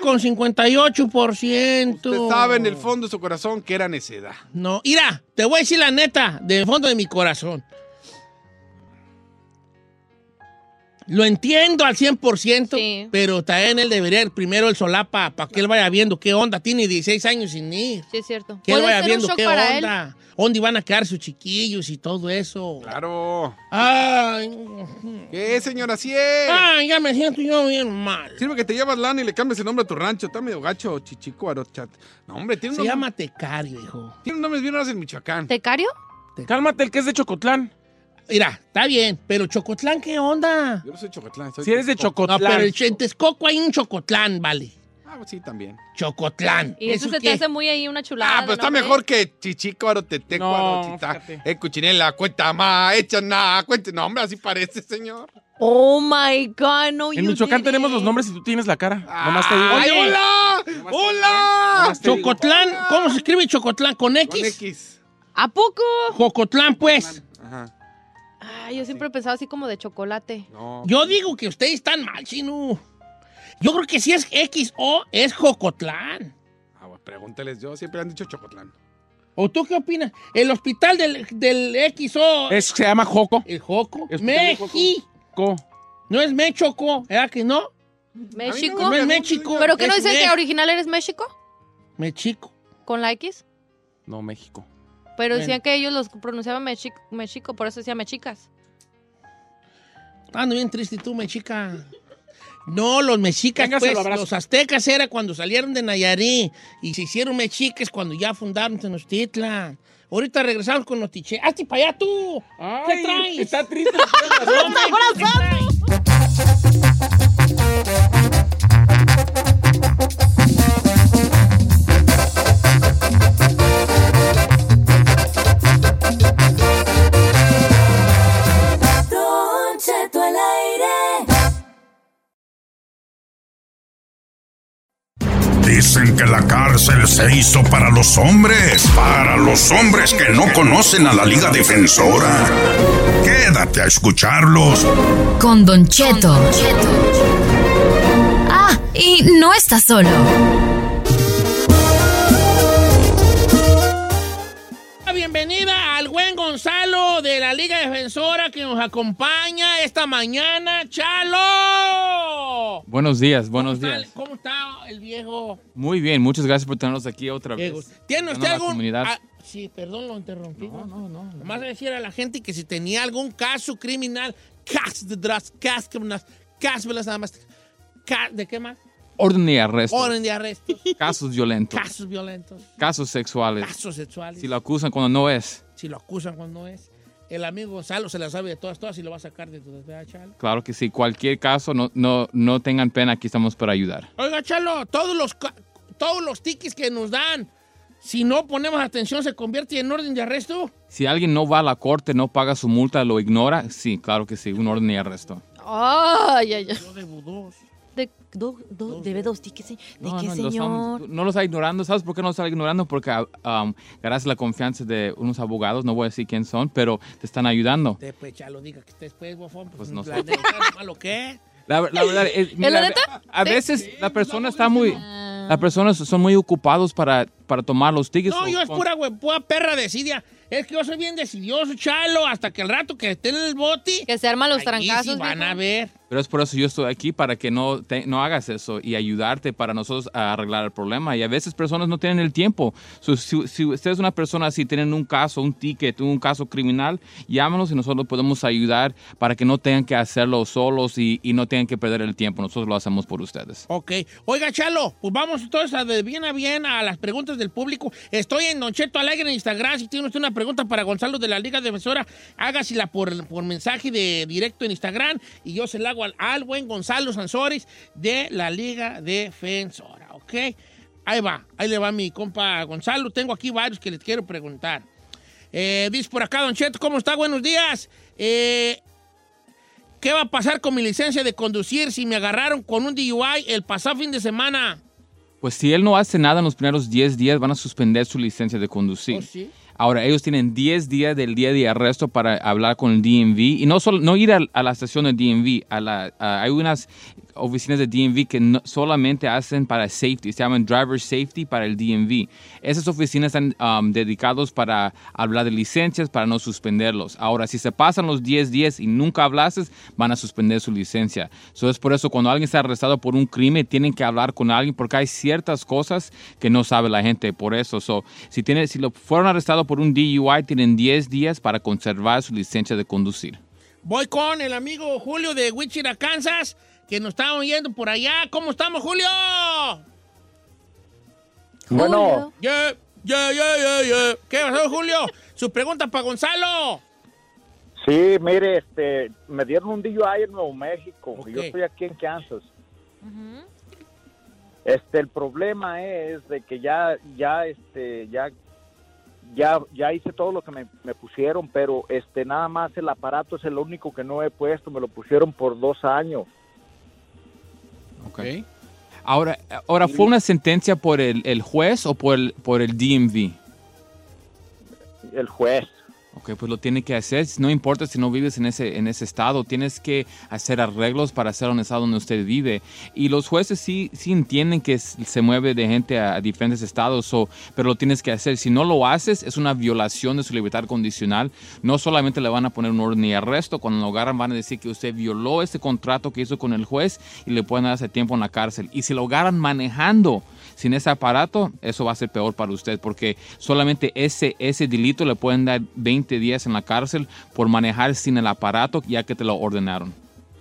Speaker 6: corazón.
Speaker 4: con 58%.
Speaker 6: Usted sabe en el fondo de su corazón que era necedad.
Speaker 4: No, mira, te voy a decir la neta, del fondo de mi corazón. Lo entiendo al 100%,
Speaker 5: Sí.
Speaker 4: pero también él debería ir primero el solapa para que él vaya viendo qué onda. Tiene 16 años sin ir.
Speaker 5: Sí, es cierto.
Speaker 4: Que él
Speaker 5: Puede
Speaker 4: vaya
Speaker 5: ser un
Speaker 4: viendo
Speaker 5: shock
Speaker 4: qué
Speaker 5: para él.
Speaker 4: onda. ¿Dónde van a quedar sus chiquillos y todo eso?
Speaker 6: Claro.
Speaker 4: Ay,
Speaker 6: ¿Qué, señora? Así es.
Speaker 11: Ah.
Speaker 4: ay, ya me siento yo bien mal.
Speaker 6: Sirve que te llevas lana y le cambias el nombre a tu rancho. Está medio gacho, chichico, arochat. No, hombre, tiene
Speaker 4: Se
Speaker 6: un nombre.
Speaker 4: llama Tecario, hijo.
Speaker 6: Tiene un nombre bien raros en Michoacán.
Speaker 5: ¿Tecario?
Speaker 11: Cálmate, el que es de Chocotlán.
Speaker 4: Mira, está bien, pero Chocotlán, ¿qué onda?
Speaker 6: Yo no soy de Chocotlán. soy
Speaker 11: Si eres de
Speaker 4: No,
Speaker 11: Chocotlán.
Speaker 4: pero el en Texcoco hay un Chocotlán, vale.
Speaker 6: Ah, pues sí, también.
Speaker 4: Chocotlán.
Speaker 5: Y eso, se te
Speaker 4: qué?
Speaker 5: hace muy ahí una chulada.
Speaker 6: Ah, pues
Speaker 5: ¿no
Speaker 6: está
Speaker 5: crees?
Speaker 6: mejor que chichico, aroteteco,
Speaker 11: No,
Speaker 6: arochita.
Speaker 11: fíjate.
Speaker 6: Eh, cuchinela, cuenta más, echa nada, cuenta. No, hombre, así parece, señor.
Speaker 5: Oh my God, no,
Speaker 11: En
Speaker 5: you
Speaker 11: Michoacán
Speaker 5: did
Speaker 11: tenemos
Speaker 5: it.
Speaker 11: los nombres y tú tienes la cara. Nomás te digo.
Speaker 6: ¡Ay,
Speaker 4: Ah. Oye.
Speaker 6: hola! ¡Hola!
Speaker 11: Nomás te digo.
Speaker 4: Ah, Chocotlán, ¿cómo se escribe Chocotlán? ¿Con X?
Speaker 6: Con X.
Speaker 5: ¿A poco?
Speaker 4: Jocotlán, pues.
Speaker 6: Ajá.
Speaker 5: Ay, yo siempre pensaba así como de chocolate.
Speaker 6: No.
Speaker 4: Yo digo que ustedes están mal, chino. Yo creo que si es X o es Jocotlán.
Speaker 6: Ah, pues pregúntales yo. Siempre han dicho Chocotlán.
Speaker 4: ¿O tú qué opinas? El hospital del, del XO.
Speaker 11: Es, se llama Joco.
Speaker 4: ¿El Joco?
Speaker 11: Hospital de Joco.
Speaker 4: Meji.
Speaker 11: Co.
Speaker 4: No es Mechoco, ¿verdad que no?
Speaker 5: ¿México?
Speaker 4: No es México.
Speaker 5: ¿Pero qué no
Speaker 4: es
Speaker 5: dicen que
Speaker 4: Mex-
Speaker 5: original eres México?
Speaker 4: Mexico.
Speaker 5: Con la X.
Speaker 11: No, México.
Speaker 5: Pero
Speaker 4: Bueno.
Speaker 5: decían que ellos los pronunciaban México, México por eso decía Mexicas.
Speaker 4: Ando bien triste tú, mexica. No, los mexicas,
Speaker 11: Véngase,
Speaker 4: pues,
Speaker 11: lo abrazo.
Speaker 4: los aztecas era cuando salieron de Nayarit y se hicieron mexiques cuando ya fundaron Tenochtitlan. Ahorita regresamos con los tiche. ¡Hazte para allá tú! ¿Qué traes?
Speaker 11: Está triste.
Speaker 4: Hombre, ¿qué traes?
Speaker 3: Don Cheto al aire.
Speaker 2: Dicen que la cárcel se hizo para los hombres, para los hombres que no conocen a la Liga Defensora. Quédate a escucharlos.
Speaker 12: Con Don Cheto. Ah, y no está solo.
Speaker 4: Bienvenida al buen Gonzalo de la Liga Defensora que nos acompaña esta mañana. ¡Chalo!
Speaker 11: Buenos días, buenos
Speaker 4: ¿Cómo está-
Speaker 11: días.
Speaker 4: ¿Cómo está el viejo?
Speaker 11: Muy bien, muchas gracias por tenernos aquí otra
Speaker 4: Qué
Speaker 11: vez.
Speaker 4: gusto. ¿Tiene
Speaker 11: Ganó
Speaker 4: usted
Speaker 11: la
Speaker 4: algún...?
Speaker 11: comunidad.
Speaker 4: ah, sí, perdón, lo interrumpí.
Speaker 11: No, no, no.
Speaker 4: Nomás decir a la gente que si tenía algún caso criminal, cas de dras, cas criminal, cas velas nada más, cas- ¿de qué más?
Speaker 11: Orden y arresto.
Speaker 4: Orden de arresto,
Speaker 11: Casos violentos.
Speaker 4: casos violentos,
Speaker 11: Casos sexuales.
Speaker 4: casos sexuales,
Speaker 11: Si lo acusan cuando no es.
Speaker 4: si lo acusan cuando es. El amigo Gonzalo se la sabe de todas, todas y lo va a sacar de tu ¿verdad, Chalo.
Speaker 11: Claro que sí. Cualquier caso, no, no, no tengan pena. Aquí estamos para ayudar.
Speaker 4: Oiga, Chalo, todos los, ca- todos los tickets que nos dan, si no ponemos atención, se convierte en orden de arresto.
Speaker 11: Si alguien no va a la corte, no paga su multa, lo ignora, sí, claro que sí, un orden de arresto.
Speaker 5: Ay, ay, ay.
Speaker 4: debo dos.
Speaker 5: De, do- do- debe dos tickets. ¿De
Speaker 11: No,
Speaker 5: qué,
Speaker 11: no,
Speaker 5: señor?
Speaker 11: lo estamos- no lo está ignorando. ¿Sabes por qué no lo está ignorando? Porque ah, um, gracias a la confianza de unos abogados, no voy a decir quién son, pero te están ayudando.
Speaker 4: Te pues, Chalo, diga que después, bofón. Pues,
Speaker 11: no
Speaker 4: la
Speaker 11: sé.
Speaker 4: neta, ¿Malo qué?
Speaker 11: La, la verdad, es-
Speaker 4: ¿Es
Speaker 11: mira,
Speaker 4: la neta?
Speaker 11: a
Speaker 4: Sí.
Speaker 11: veces la persona está muy, las personas son muy ocupados para, para tomar los tickets.
Speaker 4: No,
Speaker 11: o-
Speaker 4: yo es
Speaker 11: con-
Speaker 4: pura güey, pura perra decidia. Es que yo soy bien decidioso, chalo, hasta que el rato que esté en el boti.
Speaker 5: Que se arman los
Speaker 4: Sí
Speaker 5: trancazos,
Speaker 4: van
Speaker 5: viejo.
Speaker 4: a ver.
Speaker 11: Pero es por eso yo estoy aquí, para que no, te- no hagas eso y ayudarte para nosotros a arreglar el problema. Y a veces personas no tienen el tiempo. So, si, si usted es una persona así, tienen un caso, un ticket, un caso criminal, llámanos y nosotros podemos ayudar para que no tengan que hacerlo solos y, y no tengan que perder el tiempo. Nosotros lo hacemos por ustedes.
Speaker 4: Ok. Oiga, Chalo, pues vamos entonces a de bien a bien a las preguntas del público. Estoy en Don Cheto Alegre en Instagram. Si tiene usted una pregunta para Gonzalo de la Liga Defensora, hágasela por, por mensaje de directo en Instagram y yo se la hago al, al buen Gonzalo Sansores de la Liga Defensora. Ok. Ahí va, ahí le va mi compa Gonzalo. Tengo aquí varios que les quiero preguntar. Eh, dice por acá, Don Cheto, ¿cómo está? Buenos días. Eh, ¿Qué va a pasar con mi licencia de conducir si me agarraron con un DUI el pasado fin de semana?
Speaker 11: Pues si él no hace nada en los primeros 10 días, van a suspender su licencia de conducir.
Speaker 4: Oh,
Speaker 11: Ahora, ellos tienen 10 días del día de arresto para hablar con el DMV. Y no, solo, no ir al- a, la estación del DMV. A la, a- hay unas oficinas de DMV que no- solamente hacen para safety. Se llaman Driver Safety para el DMV. Esas oficinas están um, dedicadas para hablar de licencias, para no suspenderlos. Ahora, si se pasan los 10 días y nunca hablases, van a suspender su licencia. So, es por eso cuando alguien está arrestado por un crimen, tienen que hablar con alguien porque hay ciertas cosas que no sabe la gente. Por eso, so, si, tiene, si lo fueron arrestados por un DUI, tienen 10 días para conservar su licencia de conducir.
Speaker 4: Voy con el amigo Julio de Wichita, Kansas, que nos está oyendo por allá. ¿Cómo estamos, Julio?
Speaker 13: Bueno.
Speaker 4: Yeah, yeah, yeah, yeah, yeah. ¿Qué pasó, Julio? Su pregunta para Gonzalo.
Speaker 13: Sí, mire, este, me dieron un DUI en Nuevo México. y Yo estoy aquí en Kansas. Este, el problema es de que ya, ya, este, ya, ya, ya hice todo lo que me, me pusieron, pero este, nada más el aparato es el único que no he puesto. Me lo pusieron por dos años.
Speaker 11: Okay. Ahora, ahora ¿fue una sentencia por el, el juez o por el, por el DMV?
Speaker 13: El juez.
Speaker 11: Ok, pues lo tiene que hacer. No importa si no vives en ese, en ese estado, tienes que hacer arreglos para hacer un estado donde usted vive. Y los jueces sí, sí entienden que s- se mueve de gente a, a diferentes estados, so, pero lo tienes que hacer. Si no lo haces, es una violación de su libertad condicional. No solamente le van a poner un orden de arresto, cuando lo agarran van a decir que usted violó este contrato que hizo con el juez y le pueden dar ese tiempo en la cárcel. Y si lo agarran manejando, sin ese aparato, eso va a ser peor para usted, porque solamente ese, ese delito le pueden dar 20 días en la cárcel por manejar sin el aparato, ya que te lo ordenaron.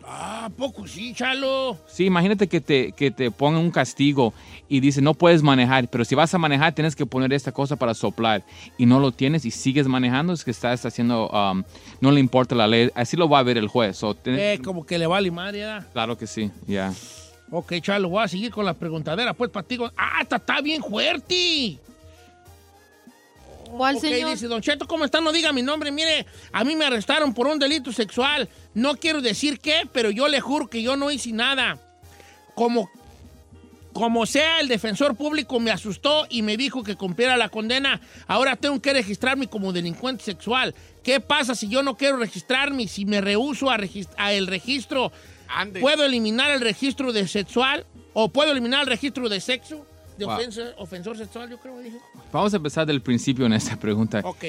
Speaker 4: ¿A poco sí, Chalo?
Speaker 11: Sí, imagínate que te, que te pongan un castigo y dice no puedes manejar, pero si vas a manejar tienes que poner esta cosa para soplar y no lo tienes y sigues manejando, es que estás haciendo, um, no le importa la ley, así lo va a ver el juez. so, tiene-
Speaker 4: Eh, como que le vale madre, ¿verdad?
Speaker 11: claro que sí, ya.
Speaker 4: Ok, Chalo, voy a seguir con la preguntadera. Pues, para ti, Gon- ¡Ah, está, está bien fuerte!
Speaker 5: ¿Cuál
Speaker 4: Ok,
Speaker 5: señor?
Speaker 4: dice, Don Cheto, ¿cómo está? No diga mi nombre. Mire, a mí me arrestaron por un delito sexual. No quiero decir qué, pero yo le juro que yo no hice nada. Como, como sea, el defensor público me asustó y me dijo que cumpliera la condena. Ahora tengo que registrarme como delincuente sexual. ¿Qué pasa si yo no quiero registrarme? Si me rehuso a, regis- a el registro, ¿puedo eliminar el registro de sexual? ¿O puedo eliminar el registro de sexo? De
Speaker 11: Wow.
Speaker 4: ofensa- ofensor sexual, yo creo, dijo.
Speaker 11: Vamos a empezar del principio en esta pregunta.
Speaker 4: Ok.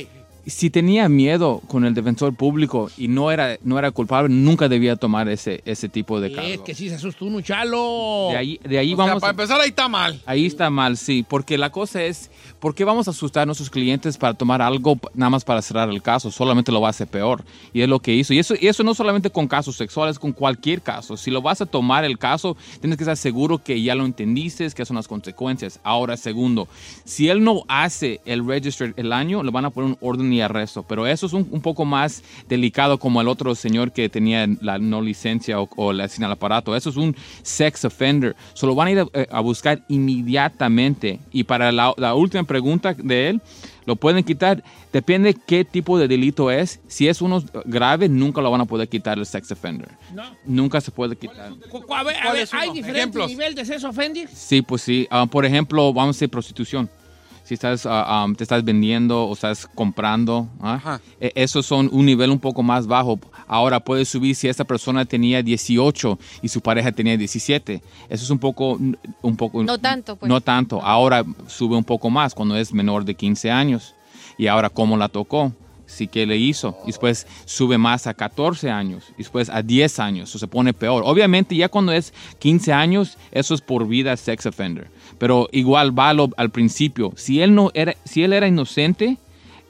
Speaker 11: si tenía miedo con el defensor público y no era, no era culpable, nunca debía tomar ese, ese tipo de
Speaker 4: Es
Speaker 11: cargo.
Speaker 4: que sí se asustó uno, chalo.
Speaker 11: De ahí, de ahí vamos.
Speaker 4: para
Speaker 11: empezar, ahí está mal. Ahí está mal, sí. Porque la cosa es, ¿por qué vamos a asustar a nuestros clientes para tomar algo p- nada más para cerrar el caso? Solamente lo va a hacer peor. Y es lo que hizo. Y eso, y eso no solamente con casos sexuales, con cualquier caso. Si lo vas a tomar el caso, tienes que estar seguro que ya lo entendiste, que son las consecuencias. Ahora, segundo, si él no hace el register el año, le van a poner un orden ni arresto. Pero eso es un, un poco más delicado como el otro señor que tenía la no licencia o, o la sin el aparato. Eso es un sex offender. Solo van a ir a, a buscar inmediatamente. Y para la, la última pregunta de él, lo pueden quitar. Depende qué tipo de delito es. Si es uno grave, nunca lo van a poder quitar el sex offender.
Speaker 4: No.
Speaker 11: Nunca se puede quitar.
Speaker 4: Cu- cu- A ver, a
Speaker 11: ¿Cuál
Speaker 4: ver,
Speaker 11: es uno?
Speaker 4: ¿hay diferentes
Speaker 11: Ejemplos.
Speaker 4: nivel de sexo offender?
Speaker 11: Sí, pues sí. Ah, por ejemplo, vamos a decir prostitución. Si estás, ah, ah, te estás vendiendo o estás comprando, ¿ah? E- esos son un nivel un poco más bajo. Ahora puedes subir si esta persona tenía 18 y su pareja tenía 17. Eso es un poco, un poco.
Speaker 5: No tanto, pues.
Speaker 11: No tanto. Ahora sube un poco más cuando es menor de 15 años. Y ahora cómo la tocó, sí que le hizo. Y después sube más a 14 años, y después a 10 años, eso se pone peor. Obviamente ya cuando es 15 años, eso es por vida sex offender. Pero igual va a lo- al principio. Si él, no era, si él era inocente,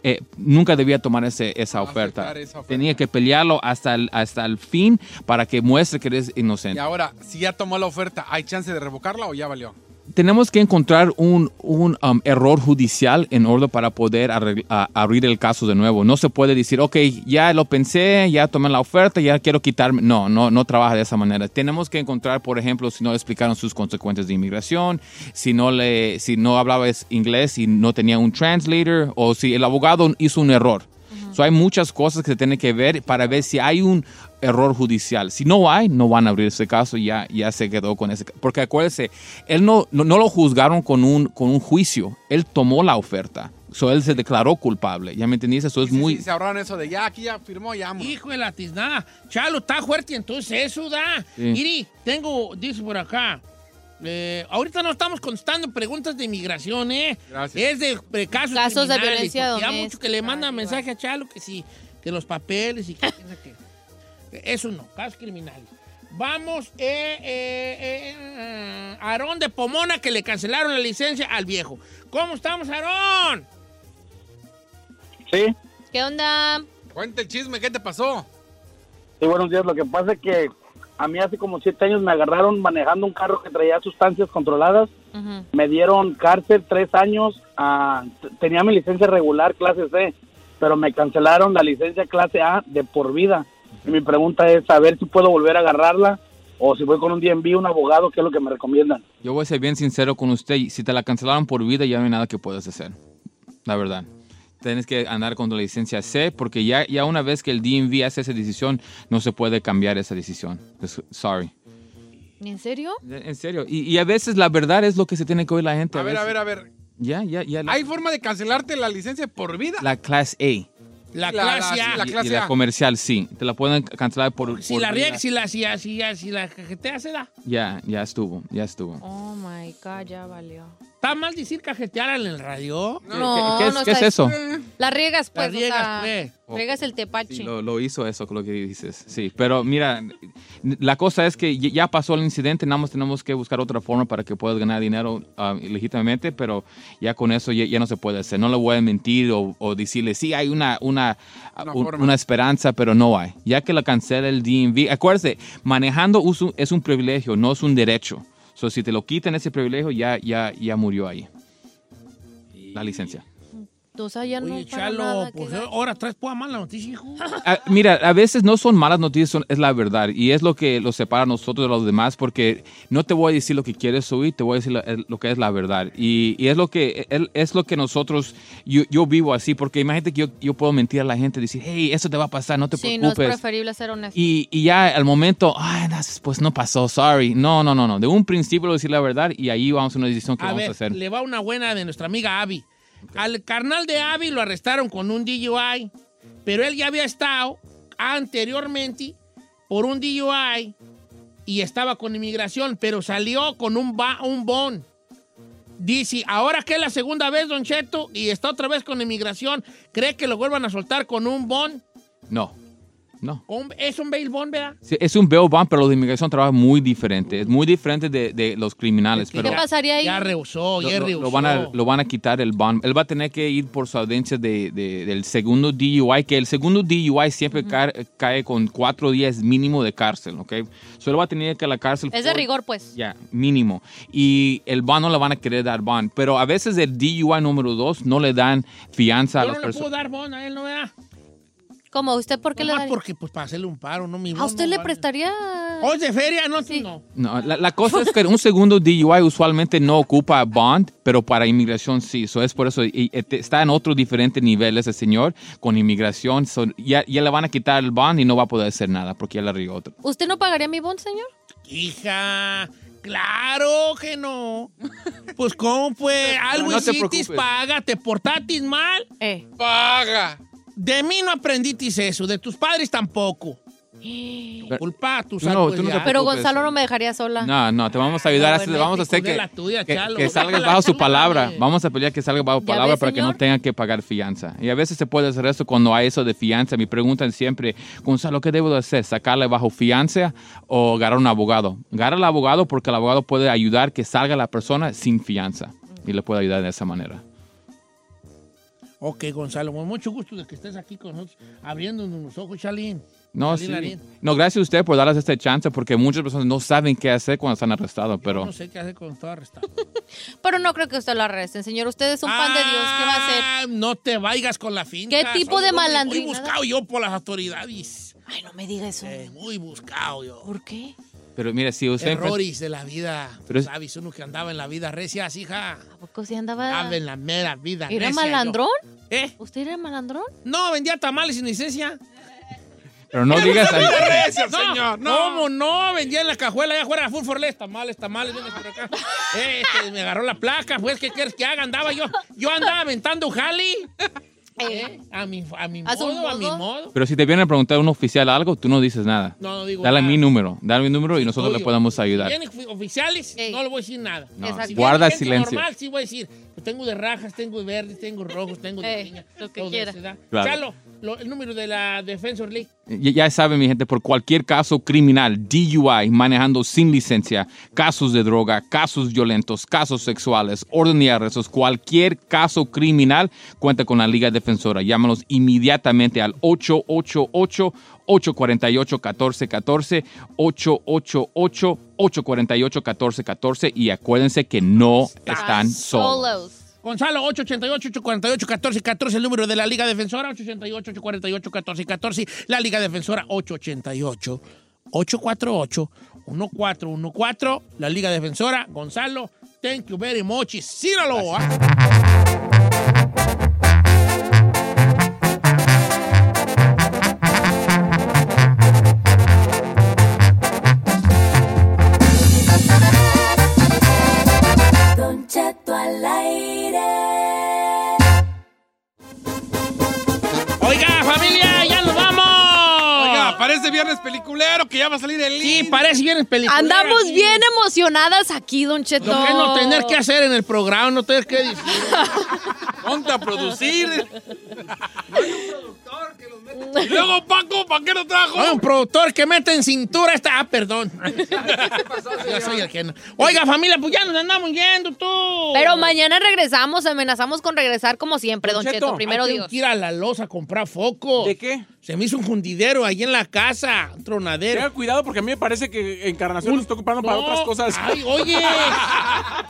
Speaker 11: eh, nunca debía tomar ese- esa, oferta. Tenía que pelearlo hasta el, hasta el fin para que muestre que eres
Speaker 6: Y
Speaker 11: inocente.
Speaker 6: ahora, si ya tomó la oferta, ¿hay chance de revocarla o ya valió?
Speaker 11: tenemos que encontrar un, un, um, error judicial en orden para poder arregl- a- abrir el caso de nuevo. No se puede decir, ok, ya lo pensé, ya tomé la oferta, ya quiero quitarme. No, no, no trabaja de esa manera. Tenemos que encontrar, por ejemplo, si no le explicaron sus consecuencias de inmigración, si no, le, si no hablaba es- inglés y no tenía un translator, o si el abogado hizo un error. So, hay muchas cosas que se tienen que ver para ver si hay un error judicial. Si no hay, no van a abrir ese caso, ya, ya se quedó con ese. ca- Porque acuérdese, él no, no, no lo juzgaron con un, con un juicio, él tomó la oferta. So, él se declaró culpable, ¿ya me entendiste? Eso es
Speaker 6: Y
Speaker 11: muy...
Speaker 6: se ahorraron eso de ya, aquí ya firmó, ya.
Speaker 4: Hijo de la tiznada. Chalo, está fuerte entonces eso, da.
Speaker 11: Sí.
Speaker 4: Iri, tengo, dice por acá. eh, ahorita no estamos contestando preguntas de inmigración, ¿eh?
Speaker 6: Gracias.
Speaker 4: Es de, eh, casos,
Speaker 5: Casos de
Speaker 4: criminales,
Speaker 5: violencia
Speaker 4: porque Ya
Speaker 5: doméstica,
Speaker 4: mucho que le
Speaker 5: igual.
Speaker 4: mandan mensaje a Chalo que sí, que los papeles y que, quién sabe qué. Eso no, casos criminales. Vamos, eh, eh, eh, eh, Aarón de Pomona, que le cancelaron la licencia al viejo. ¿Cómo estamos, Aarón?
Speaker 14: Sí,
Speaker 5: ¿Qué onda?
Speaker 6: Cuenta el chisme, ¿qué te pasó?
Speaker 14: sí, buenos días. Lo que pasa es que a mí hace como siete años me agarraron manejando un carro que traía sustancias controladas. Me dieron cárcel tres años. ah, t- tenía mi licencia regular, clase C, pero me cancelaron la licencia clase A de por vida. Y mi pregunta es saber si puedo volver a agarrarla o si voy con un DMV, un abogado, ¿qué es lo que me recomiendan?
Speaker 11: Yo voy a ser bien sincero con usted. Si te la cancelaron por vida, ya no hay nada que puedas hacer. La verdad. Tienes que andar con la licencia C porque ya, ya una vez que el DMV hace esa decisión, no se puede cambiar esa decisión. Es- Sorry.
Speaker 5: ¿En serio?
Speaker 11: En serio. Y, y a veces la verdad es lo que se tiene que oír la gente.
Speaker 6: A ver, a ver,
Speaker 11: veces.
Speaker 6: a ver.
Speaker 11: Ya, ya, ya. La,
Speaker 6: ¿Hay forma de cancelarte la licencia por vida?
Speaker 11: la clase A.
Speaker 4: La,
Speaker 6: la- La,
Speaker 11: Y-
Speaker 6: clase
Speaker 11: y la
Speaker 6: A.
Speaker 11: comercial, sí. Te la pueden cancelar por.
Speaker 4: Si
Speaker 11: por
Speaker 4: la
Speaker 11: vida.
Speaker 4: riega, si la, si, la- si, la- si la cajetea, se da.
Speaker 11: Ya, ya estuvo, ya estuvo.
Speaker 5: Oh my God, ya valió.
Speaker 4: ¿Está mal decir cajetear en el radio?
Speaker 5: No,
Speaker 11: ¿Qué- qué es-
Speaker 5: no
Speaker 11: qué es
Speaker 5: está-
Speaker 11: eso?
Speaker 5: La riegas,
Speaker 4: La
Speaker 5: pues.
Speaker 4: riegas,
Speaker 5: o sea,
Speaker 4: pues.
Speaker 5: Riegas el tepache.
Speaker 11: Sí, lo, lo hizo eso, con lo que dices. Sí, pero mira, la cosa es que ya- ya pasó el incidente, nada más tenemos que buscar otra forma para que puedas ganar dinero ah, legítimamente, pero ya con eso ya, ya no se puede hacer. No le voy a mentir o, o decirle, sí, hay una, una,
Speaker 6: Una
Speaker 11: un-
Speaker 6: forma.
Speaker 11: una esperanza, pero no hay. Ya que la cancela el DMV, acuérdese, manejando es un, es un privilegio, no es un derecho. So, si te lo quitan ese privilegio, ya, ya, ya murió ahí. La licencia.
Speaker 5: O sea, ya no
Speaker 4: Oye,
Speaker 5: para
Speaker 4: Chalo,
Speaker 5: nada,
Speaker 4: pues
Speaker 5: que-
Speaker 4: ahora traes pura mala noticia, hijo.
Speaker 11: Ah, mira, a veces no son malas noticias, son- es la verdad. Y es lo que los separa a nosotros de los demás, porque no te voy a decir lo que quieres oír, te voy a decir lo, lo que es la verdad. Y, y es lo que el- es lo que nosotros, yo, yo vivo así, porque imagínate que yo, yo puedo mentir a la gente, decir, hey, eso te va a pasar, no te
Speaker 5: Sí, no es
Speaker 11: preocupes.
Speaker 5: preferible ser honesto.
Speaker 11: Y, y ya al momento, ay, no, pues no pasó, sorry. No, no, no, no. De un principio decir la verdad y ahí vamos a una decisión que
Speaker 4: A
Speaker 11: vamos
Speaker 4: ver,
Speaker 11: a hacer.
Speaker 4: le va una buena de nuestra amiga Abby. Al carnal de Abby lo arrestaron con un DUI, pero él ya había estado anteriormente por un DUI y estaba con inmigración, pero salió con un, ba- un bon. Dice, ahora que es la segunda vez, Don Cheto, y está otra vez con inmigración, ¿cree que lo vuelvan a soltar con un bon?
Speaker 11: No. No.
Speaker 4: Con- Es un bail bond, ¿verdad?
Speaker 11: Sí, es un bail bond, pero los de inmigración trabajan muy diferente. Es muy diferente de, de los criminales.
Speaker 5: ¿Qué
Speaker 11: pero
Speaker 5: pasaría ahí?
Speaker 4: Ya rehusó,
Speaker 11: lo,
Speaker 4: ya
Speaker 11: lo-
Speaker 4: rehusó.
Speaker 11: lo van a, lo van a quitar el bond. Él va a tener que ir por su audiencia de- de- del segundo DUI, que el segundo DUI siempre ca- cae, con cuatro días mínimo de cárcel, ¿ok? Solo va a tener que ir a la cárcel
Speaker 5: Es de
Speaker 11: por-
Speaker 5: rigor, pues.
Speaker 11: Ya, mínimo. Y el bond no le van a querer dar bond. Pero a veces el DUI número dos no le dan fianza a
Speaker 4: Yo
Speaker 11: las
Speaker 4: no le puedo
Speaker 11: personas.
Speaker 4: dar bond a él, ¿no verdad?
Speaker 5: Como usted, ¿por qué le
Speaker 4: Nomás
Speaker 5: daría?
Speaker 4: porque, pues, para hacerle un paro, no mi
Speaker 5: ¿A
Speaker 4: bono
Speaker 5: usted le
Speaker 4: vale.
Speaker 5: prestaría?
Speaker 4: Hoy Oh, de feria, no, tú no.
Speaker 11: No, la, la cosa es que un segundo DUI usualmente no ocupa bond, pero para inmigración sí. So es por eso y- y te- está en otro diferente nivel ese señor con inmigración. So ya, ya le van a quitar el bond y no va a poder hacer nada porque ya le regó otro.
Speaker 5: ¿Usted no pagaría mi bond, señor?
Speaker 4: Hija, claro que no. Pues, ¿cómo pues? Algo
Speaker 11: no te
Speaker 4: hicisteis,
Speaker 11: preocupes.
Speaker 4: paga. ¿Te portatis mal?
Speaker 5: Eh,
Speaker 4: Paga. De mí no aprenditis eso, de tus padres tampoco. Tu culpa, tú
Speaker 11: No,
Speaker 4: sabes.
Speaker 11: tú no
Speaker 5: Pero
Speaker 11: te
Speaker 4: pues,
Speaker 11: preocupes.
Speaker 5: Gonzalo no me dejaría sola.
Speaker 11: No, no, te vamos a ayudar.
Speaker 5: Ah. bueno,
Speaker 11: así- vamos a hacer
Speaker 4: con
Speaker 11: que,
Speaker 4: la tuya,
Speaker 11: que,
Speaker 4: Chalo.
Speaker 11: que salgas
Speaker 4: Sácala,
Speaker 11: bajo su
Speaker 4: sácala,
Speaker 11: palabra.
Speaker 4: hombre.
Speaker 11: Vamos a pelear que salga bajo palabra
Speaker 4: ves,
Speaker 11: para que no
Speaker 4: señor?
Speaker 11: tengan que pagar fianza. Y a veces se puede hacer eso cuando hay eso de fianza. Me preguntan siempre, Gonzalo, ¿qué debo de hacer? ¿Sacarle bajo fianza o agarrar un abogado? Agarra al abogado porque el abogado puede ayudar que salga la persona sin fianza. Y le puede ayudar de esa manera.
Speaker 4: Ok, Gonzalo, con mucho gusto de que estés aquí con nosotros, abriéndonos los ojos, Chalín.
Speaker 11: No,
Speaker 4: Chalín,
Speaker 11: sí.
Speaker 4: Larín.
Speaker 11: no, gracias a usted por darles esta chance porque muchas personas no saben qué hacer cuando están arrestados. Pero
Speaker 4: No sé qué hacer cuando estaba arrestado.
Speaker 5: Pero no creo que usted lo arresten, señor. Usted es un pan de Dios. ¿Qué va a hacer?
Speaker 4: Ah, no te vayas con la finta.
Speaker 5: ¿Qué tipo
Speaker 4: Soy
Speaker 5: de
Speaker 4: muy-
Speaker 5: malandrina?
Speaker 4: Muy buscado yo por las autoridades.
Speaker 5: Ay, no me diga eso.
Speaker 4: Eh, muy buscado yo.
Speaker 5: ¿Por qué?
Speaker 11: pero mire, si usted...
Speaker 4: Errores de la vida.
Speaker 11: Pero es-
Speaker 4: ¿Sabes? Uno que andaba en la vida recias, hija.
Speaker 5: ¿A poco sí andaba?
Speaker 4: Andaba en la mera vida
Speaker 5: ¿Era
Speaker 4: recia,
Speaker 5: malandrón?
Speaker 4: yo. ¿Eh?
Speaker 5: ¿Usted era malandrón?
Speaker 4: No, vendía tamales sin licencia.
Speaker 11: Pero no digas...
Speaker 4: No, ¿Cómo no? Vendía en la cajuela allá afuera, full forles, tamales, tamales, vienes por acá. Eh, este, me agarró la placa, pues, ¿qué quieres que haga? Andaba yo, yo andaba aventando jali. Eh, a mi, a mi
Speaker 5: ¿A su
Speaker 4: modo, a mi
Speaker 5: modo?
Speaker 4: modo.
Speaker 11: Pero si te viene a preguntar un oficial algo, tú no dices nada.
Speaker 4: No, no digo
Speaker 11: Dale
Speaker 4: nada.
Speaker 11: mi número, dale mi número y nosotros le
Speaker 4: tuyo.
Speaker 11: podemos ayudar.
Speaker 4: Vienen ofi- oficiales, no le voy a decir nada.
Speaker 11: No, guarda
Speaker 4: viene gente
Speaker 11: silencio.
Speaker 4: normal, sí voy a decir, pues, tengo de rajas, tengo de verdes, tengo de rojos, tengo de Eh, piña. Lo que
Speaker 5: quiera.
Speaker 11: Claro.
Speaker 4: Chalo, lo- el número de la Defensor League.
Speaker 11: Ya, ya saben, mi gente, por cualquier caso criminal, DUI, manejando sin licencia, casos de droga, casos violentos, casos sexuales, orden de arrestos, cualquier caso criminal, cuenta con la Liga Defensora. Llámanos inmediatamente al 888 848 1414 888 848 1414 y acuérdense que no están solos.
Speaker 4: Gonzalo, 888-848-1414, el número de la Liga Defensora, 888-848-1414, la Liga Defensora, 888-848-1414, la Liga Defensora, Gonzalo, thank you very much, y síralo. ¿ah?
Speaker 3: Don Cheto al aire.
Speaker 4: Oiga, familia, ya nos vamos.
Speaker 6: Oiga, parece viernes peliculero que ya va a salir el
Speaker 4: Sí, parece bien el película.
Speaker 5: Andamos bien emocionadas aquí, Don Cheto.
Speaker 4: Lo que no tener que hacer en el programa, no tener que decir.
Speaker 6: Ponte a producir. Y luego, Paco, ¿para qué lo trajo?
Speaker 4: Oye, Ah, un productor que mete en cintura esta. Ah, perdón. Yo soy el que no. Oiga, familia, pues ya nos andamos yendo, tú.
Speaker 5: Pero mañana regresamos, amenazamos con regresar como siempre, Don, Cheto. Primero
Speaker 4: Ay, tengo
Speaker 5: Dios.
Speaker 4: que ir a la loza a comprar foco. ¿De
Speaker 6: qué?
Speaker 4: Se me hizo un jundidero ahí en la casa,
Speaker 15: Tenga
Speaker 4: un tronadero.
Speaker 15: cuidado porque a mí me parece que Encarnación lo está ocupando para
Speaker 4: No.
Speaker 15: otras cosas.
Speaker 4: Ay, oye.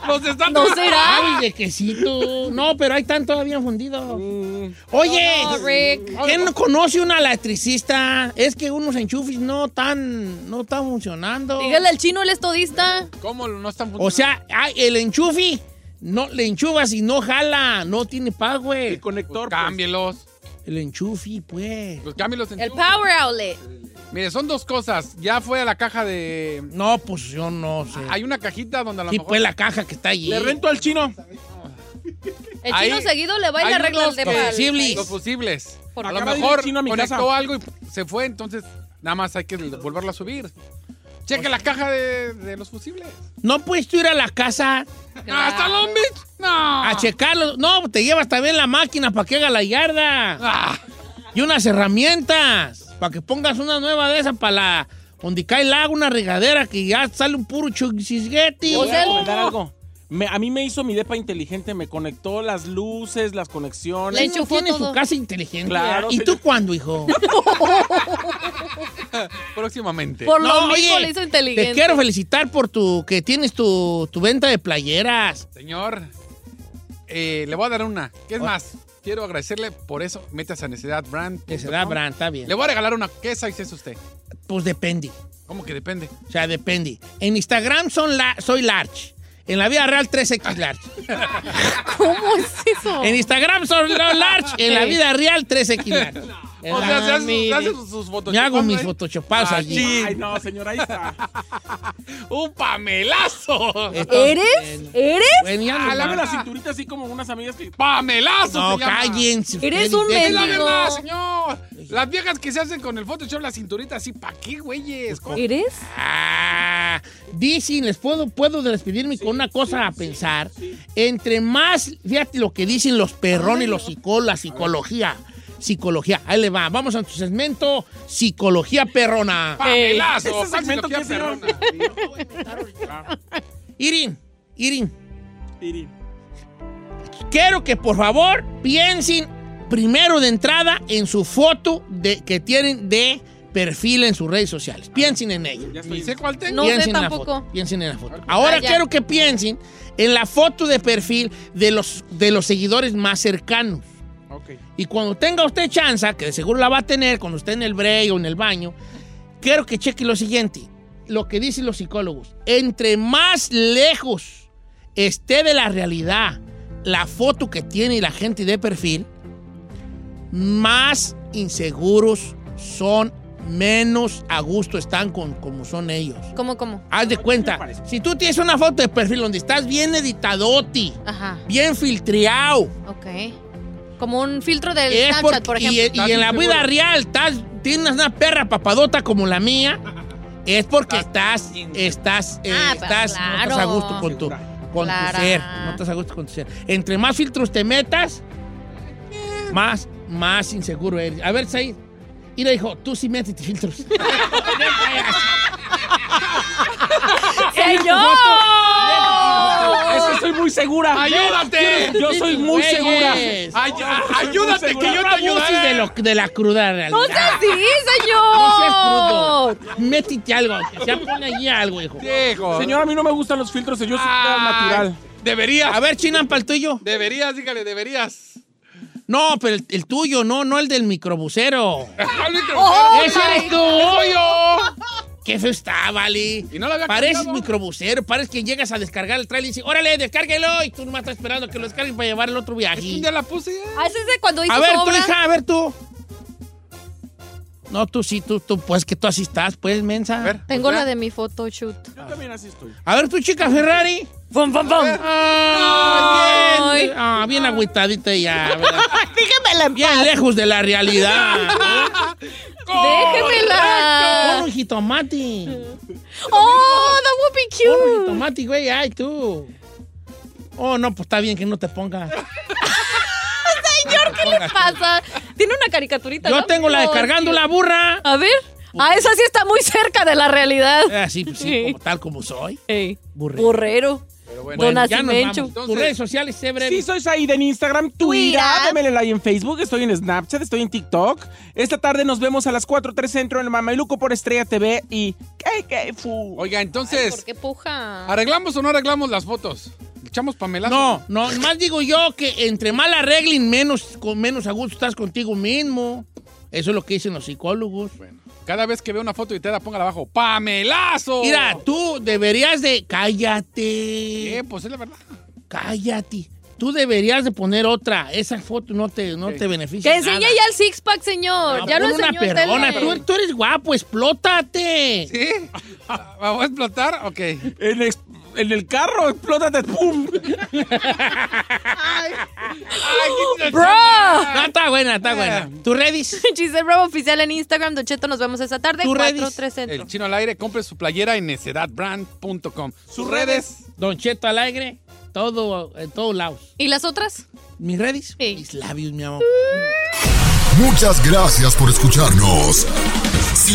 Speaker 6: Los están
Speaker 4: ¿No
Speaker 5: ¡Ah!
Speaker 4: será? Ay, de quesito. No, pero ahí están todavía fundidos.
Speaker 6: Mm.
Speaker 4: Oye,
Speaker 5: No, no, Rick.
Speaker 4: ¿quién no conoce una electricista? Es que unos enchufes no están, no están funcionando.
Speaker 5: Dígale al chino, él es todista.
Speaker 6: ¿Cómo no están
Speaker 4: O sea, ay, el enchufe, no, le enchufas y no jala, no tiene pago, güey. El
Speaker 6: Pues
Speaker 15: conector.
Speaker 6: Cámbielos.
Speaker 4: El enchufe, pues.
Speaker 6: Pues cámbielos en
Speaker 5: El
Speaker 6: tu-
Speaker 5: power outlet.
Speaker 6: Mire, son dos cosas. Ya fue a la caja de.
Speaker 4: No, pues yo no sé.
Speaker 6: Hay una cajita donde a lo
Speaker 4: Sí,
Speaker 6: mejor.
Speaker 4: pues la caja que está allí.
Speaker 15: Le rento al chino.
Speaker 5: El
Speaker 6: Ahí-
Speaker 5: chino seguido le va y
Speaker 6: Hay
Speaker 5: le arregla el
Speaker 6: unos
Speaker 5: de
Speaker 6: que-
Speaker 5: pal.
Speaker 6: Los fusibles.
Speaker 5: Por
Speaker 6: a
Speaker 5: acá
Speaker 6: lo
Speaker 5: va a ir
Speaker 6: mejor
Speaker 5: el chino a mi
Speaker 6: conectó
Speaker 5: casa.
Speaker 6: algo y se fue, entonces nada más hay que volverlo a subir. Cheque
Speaker 15: Pues
Speaker 6: la caja de, de los fusibles.
Speaker 4: No puedes tú ir a la casa
Speaker 6: ¡Ah, ¿Hasta Long Beach? No.
Speaker 4: a checarlo. No, te llevas también la máquina para que haga la yarda.
Speaker 6: Ah,
Speaker 4: Y unas herramientas. Para que pongas una nueva de esas para la. Donde cae el agua, una regadera que ya sale un puro chisguete.
Speaker 15: Voy a recomendar algo. Me- a mí me hizo mi depa inteligente, me conectó las luces, las conexiones.
Speaker 4: Le enchufó Tiene su todo. casa inteligente.
Speaker 15: Claro.
Speaker 4: ¿Y tú cuándo, hijo?
Speaker 6: Próximamente.
Speaker 5: Por lo mismo le hizo inteligente.
Speaker 4: Te quiero felicitar por tu que tienes tu, tu venta de playeras.
Speaker 6: Señor, eh, le voy a dar una. ¿Qué es más? Quiero agradecerle por eso. Métase a Necedad Brand.
Speaker 4: Necedad Brand, está bien.
Speaker 6: Le voy a regalar una. ¿Qué size es usted?
Speaker 4: Pues depende.
Speaker 6: ¿Cómo que depende?
Speaker 4: O sea, depende. En Instagram son la, soy large. En la vida real 3X large.
Speaker 5: ¿Cómo es eso?
Speaker 4: En Instagram soy large. En la
Speaker 5: Sí.
Speaker 4: vida real 3X large. En
Speaker 15: O
Speaker 4: la-
Speaker 15: sea, se hace-
Speaker 4: mire.
Speaker 15: se hace sus- sus
Speaker 4: Me hago
Speaker 15: photoshopadas
Speaker 4: mis
Speaker 15: ahí.
Speaker 4: photoshopadas
Speaker 15: Ah,
Speaker 4: allí.
Speaker 15: sí. Ay, no, señora, ahí está.
Speaker 6: ¡Un pamelazo!
Speaker 4: ¿Eres?
Speaker 5: ¿Eres?
Speaker 4: Bueno, ya
Speaker 15: Ah,
Speaker 4: nomás.
Speaker 15: lame Este, la cinturita así como unas amigas que...
Speaker 6: ¡Pamelazo!
Speaker 4: No,
Speaker 6: se llama.
Speaker 4: cállense
Speaker 15: Eres ustedes, un
Speaker 6: Es la
Speaker 15: mendigo.
Speaker 6: verdad, señor. Las viejas que se hacen con el Photoshop, la cinturita así, ¿pa' qué,
Speaker 15: Pues,
Speaker 6: güeyes? ¿Cómo-
Speaker 5: ¿Eres?
Speaker 4: Ah, dicen, les puedo, puedo despedirme con una cosa a pensar. Entre más, fíjate lo que dicen los perrones, los psicólogos, la psicología. Psicología, ahí le va. Vamos a tu segmento, psicología perrona.
Speaker 6: ¡Pamelazo!
Speaker 15: Ese segmento que es, señor.
Speaker 4: Irin, Irin. Quiero que por favor piensen primero de entrada en su foto de, que tienen de perfil en sus redes sociales. Piensen en ella.
Speaker 6: Ni sé cuál tengo.
Speaker 5: No sé
Speaker 4: Piensen en la
Speaker 5: tampoco.
Speaker 4: foto, piensen en la foto. Ahora
Speaker 5: Ah, ya.
Speaker 4: quiero que piensen en la foto de perfil de los, de los seguidores más cercanos.
Speaker 15: Ok.
Speaker 4: Y cuando tenga usted chance, que de seguro la va a tener cuando esté en el break o en el baño, quiero que cheque lo siguiente, lo que dicen los psicólogos. Entre más lejos esté de la realidad la foto que tiene la gente de perfil, más inseguros son, menos a gusto están con como son ellos.
Speaker 5: ¿Cómo, cómo?
Speaker 4: Haz de cuenta, si tú tienes una foto de perfil donde estás bien editadoti,
Speaker 5: Ajá,
Speaker 4: bien filtreado,
Speaker 5: ok. Como un filtro del
Speaker 4: es
Speaker 5: Snapchat,
Speaker 4: porque-
Speaker 5: por
Speaker 4: y-
Speaker 5: ejemplo.
Speaker 4: Y, en la vida real estás, tienes una perra papadota como la mía, es porque estás, estás, eh,
Speaker 5: Ah, pero
Speaker 4: estás, no estás a
Speaker 5: claro.
Speaker 4: gusto con tu, con tu
Speaker 5: Clara.
Speaker 4: ser. No estás a gusto con tu ser. Entre más filtros te metas, más, más inseguro eres. A ver, Said. Mira, hijo, tú sí métete filtros.
Speaker 15: Es que soy muy segura.
Speaker 6: ¡Ayúdate!
Speaker 15: Yo soy muy
Speaker 4: Güeyes.
Speaker 15: segura.
Speaker 6: Ay, ayúdate, que yo te
Speaker 4: Abuses
Speaker 6: ayudaré.
Speaker 4: de, lo- de la cruda realidad.
Speaker 5: ¡No seas así, señor!
Speaker 4: No seas crudo. Métete algo, aunque sea pone allí algo, hijo.
Speaker 6: Viejo.
Speaker 15: Señora, a mí no me gustan los filtros, yo soy natural.
Speaker 6: Ah, Deberías.
Speaker 4: A ver, Chinan, para el tuyo.
Speaker 6: Deberías, dígale, deberías.
Speaker 4: No, pero el, el tuyo, no, no el del microbusero.
Speaker 15: Ah,
Speaker 6: Al micrófono.
Speaker 5: ¡Oh,
Speaker 4: ¡Ese
Speaker 5: my
Speaker 4: eres tú!
Speaker 6: Soy yo.
Speaker 4: ¡Qué feo está, vale!
Speaker 6: Y no lo había
Speaker 4: Pareces
Speaker 6: cantado.
Speaker 4: microbusero, pareces que llegas a descargar el trailer y dices, órale, descárguelo, y tú nomás estás esperando que lo descarguen para llevar el otro viaje.
Speaker 6: Ya la puse. ya.
Speaker 5: Ah, ese es de cuando dices
Speaker 4: A ver, tú,
Speaker 5: obras.
Speaker 4: hija, a ver tú. No, tú sí, tú, tú, pues que tú así estás, pues, mensa. A ver,
Speaker 5: Tengo la de mi photoshoot.
Speaker 15: Yo también así estoy.
Speaker 4: tú, chica Ferrari.
Speaker 5: ¡Pum, pum, pum!
Speaker 4: Ah,
Speaker 5: Ay.
Speaker 4: bien, ah, bien agüitadita ya, ¿verdad?
Speaker 5: Déjamela en
Speaker 4: Bien lejos de la realidad. Pon
Speaker 5: Déjemela.
Speaker 4: un jitomate.
Speaker 5: Oh, that would be
Speaker 4: Pon un
Speaker 5: cute.
Speaker 4: jitomate, güey. Ay, tú. Oh, no, pues está bien que no te pongas.
Speaker 5: Señor, ¿qué le pasa? Tiene una caricaturita.
Speaker 4: Yo
Speaker 5: ¿no?
Speaker 4: tengo la de
Speaker 5: Oh,
Speaker 4: cargando
Speaker 5: sí.
Speaker 4: la burra.
Speaker 5: A ver. Ah, esa sí está muy cerca de la realidad.
Speaker 4: Ah, sí, pues sí,
Speaker 5: Sí.
Speaker 4: como, tal como soy.
Speaker 5: Ey,
Speaker 4: Burrero.
Speaker 5: Burrero.
Speaker 6: Pero
Speaker 4: Bueno,
Speaker 5: Don
Speaker 4: ya nos vamos.
Speaker 5: Asimencho.
Speaker 4: Tus redes sociales, sé breve.
Speaker 15: Sí, soy Said en Instagram, Twitter,
Speaker 5: Twitter.
Speaker 15: démele like en Facebook, estoy en Snapchat, estoy en TikTok. Esta tarde nos vemos a las 4, 3 centro en el Mameluco por Estrella TV y... ¡Qué, qué, fu!
Speaker 6: Oiga,
Speaker 5: Ay, ¿Por
Speaker 6: entonces,
Speaker 5: qué puja?
Speaker 6: ¿arreglamos o no arreglamos las fotos? ¿Echamos pamelazo?
Speaker 4: No, no, más digo yo que entre más la arreglen, menos, con menos a gusto estás contigo mismo. Eso es lo que dicen los psicólogos.
Speaker 6: Cada vez que veo una foto y te la póngala abajo. ¡Pamelazo!
Speaker 4: Mira, tú deberías de... Cállate.
Speaker 6: Eh, pues es la verdad.
Speaker 4: Cállate. Tú deberías de poner otra. Esa foto no te, no te beneficia.
Speaker 5: Que enseñe
Speaker 4: nada.
Speaker 5: ya el six-pack, señor.
Speaker 4: No,
Speaker 5: ya lo
Speaker 4: pon
Speaker 5: enseñó
Speaker 4: una persona.
Speaker 5: usted.
Speaker 4: Tú, tú eres guapo, explótate.
Speaker 6: ¿Sí? ¿Vamos a explotar? Ok.
Speaker 15: En, ex- en el carro, explótate, ¡pum!
Speaker 5: ¡Bro!
Speaker 4: No, está buena, está buena. ¿Tú redis?
Speaker 5: Giselle Bravo Oficial en Instagram. Don Cheto, nos vemos esta tarde.
Speaker 4: Tú,
Speaker 5: 4,
Speaker 4: Redis.
Speaker 5: 3, centro.
Speaker 6: El chino al aire, compre su playera en necedadbrand.com. Sus redes.
Speaker 4: Don Cheto Alegre, todo, en todos lados.
Speaker 5: ¿Y las otras?
Speaker 4: ¿Mis redis?
Speaker 5: Sí.
Speaker 4: Mis labios, mi amor.
Speaker 16: Muchas gracias por escucharnos. Si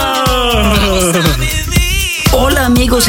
Speaker 17: vaina! Hola amigos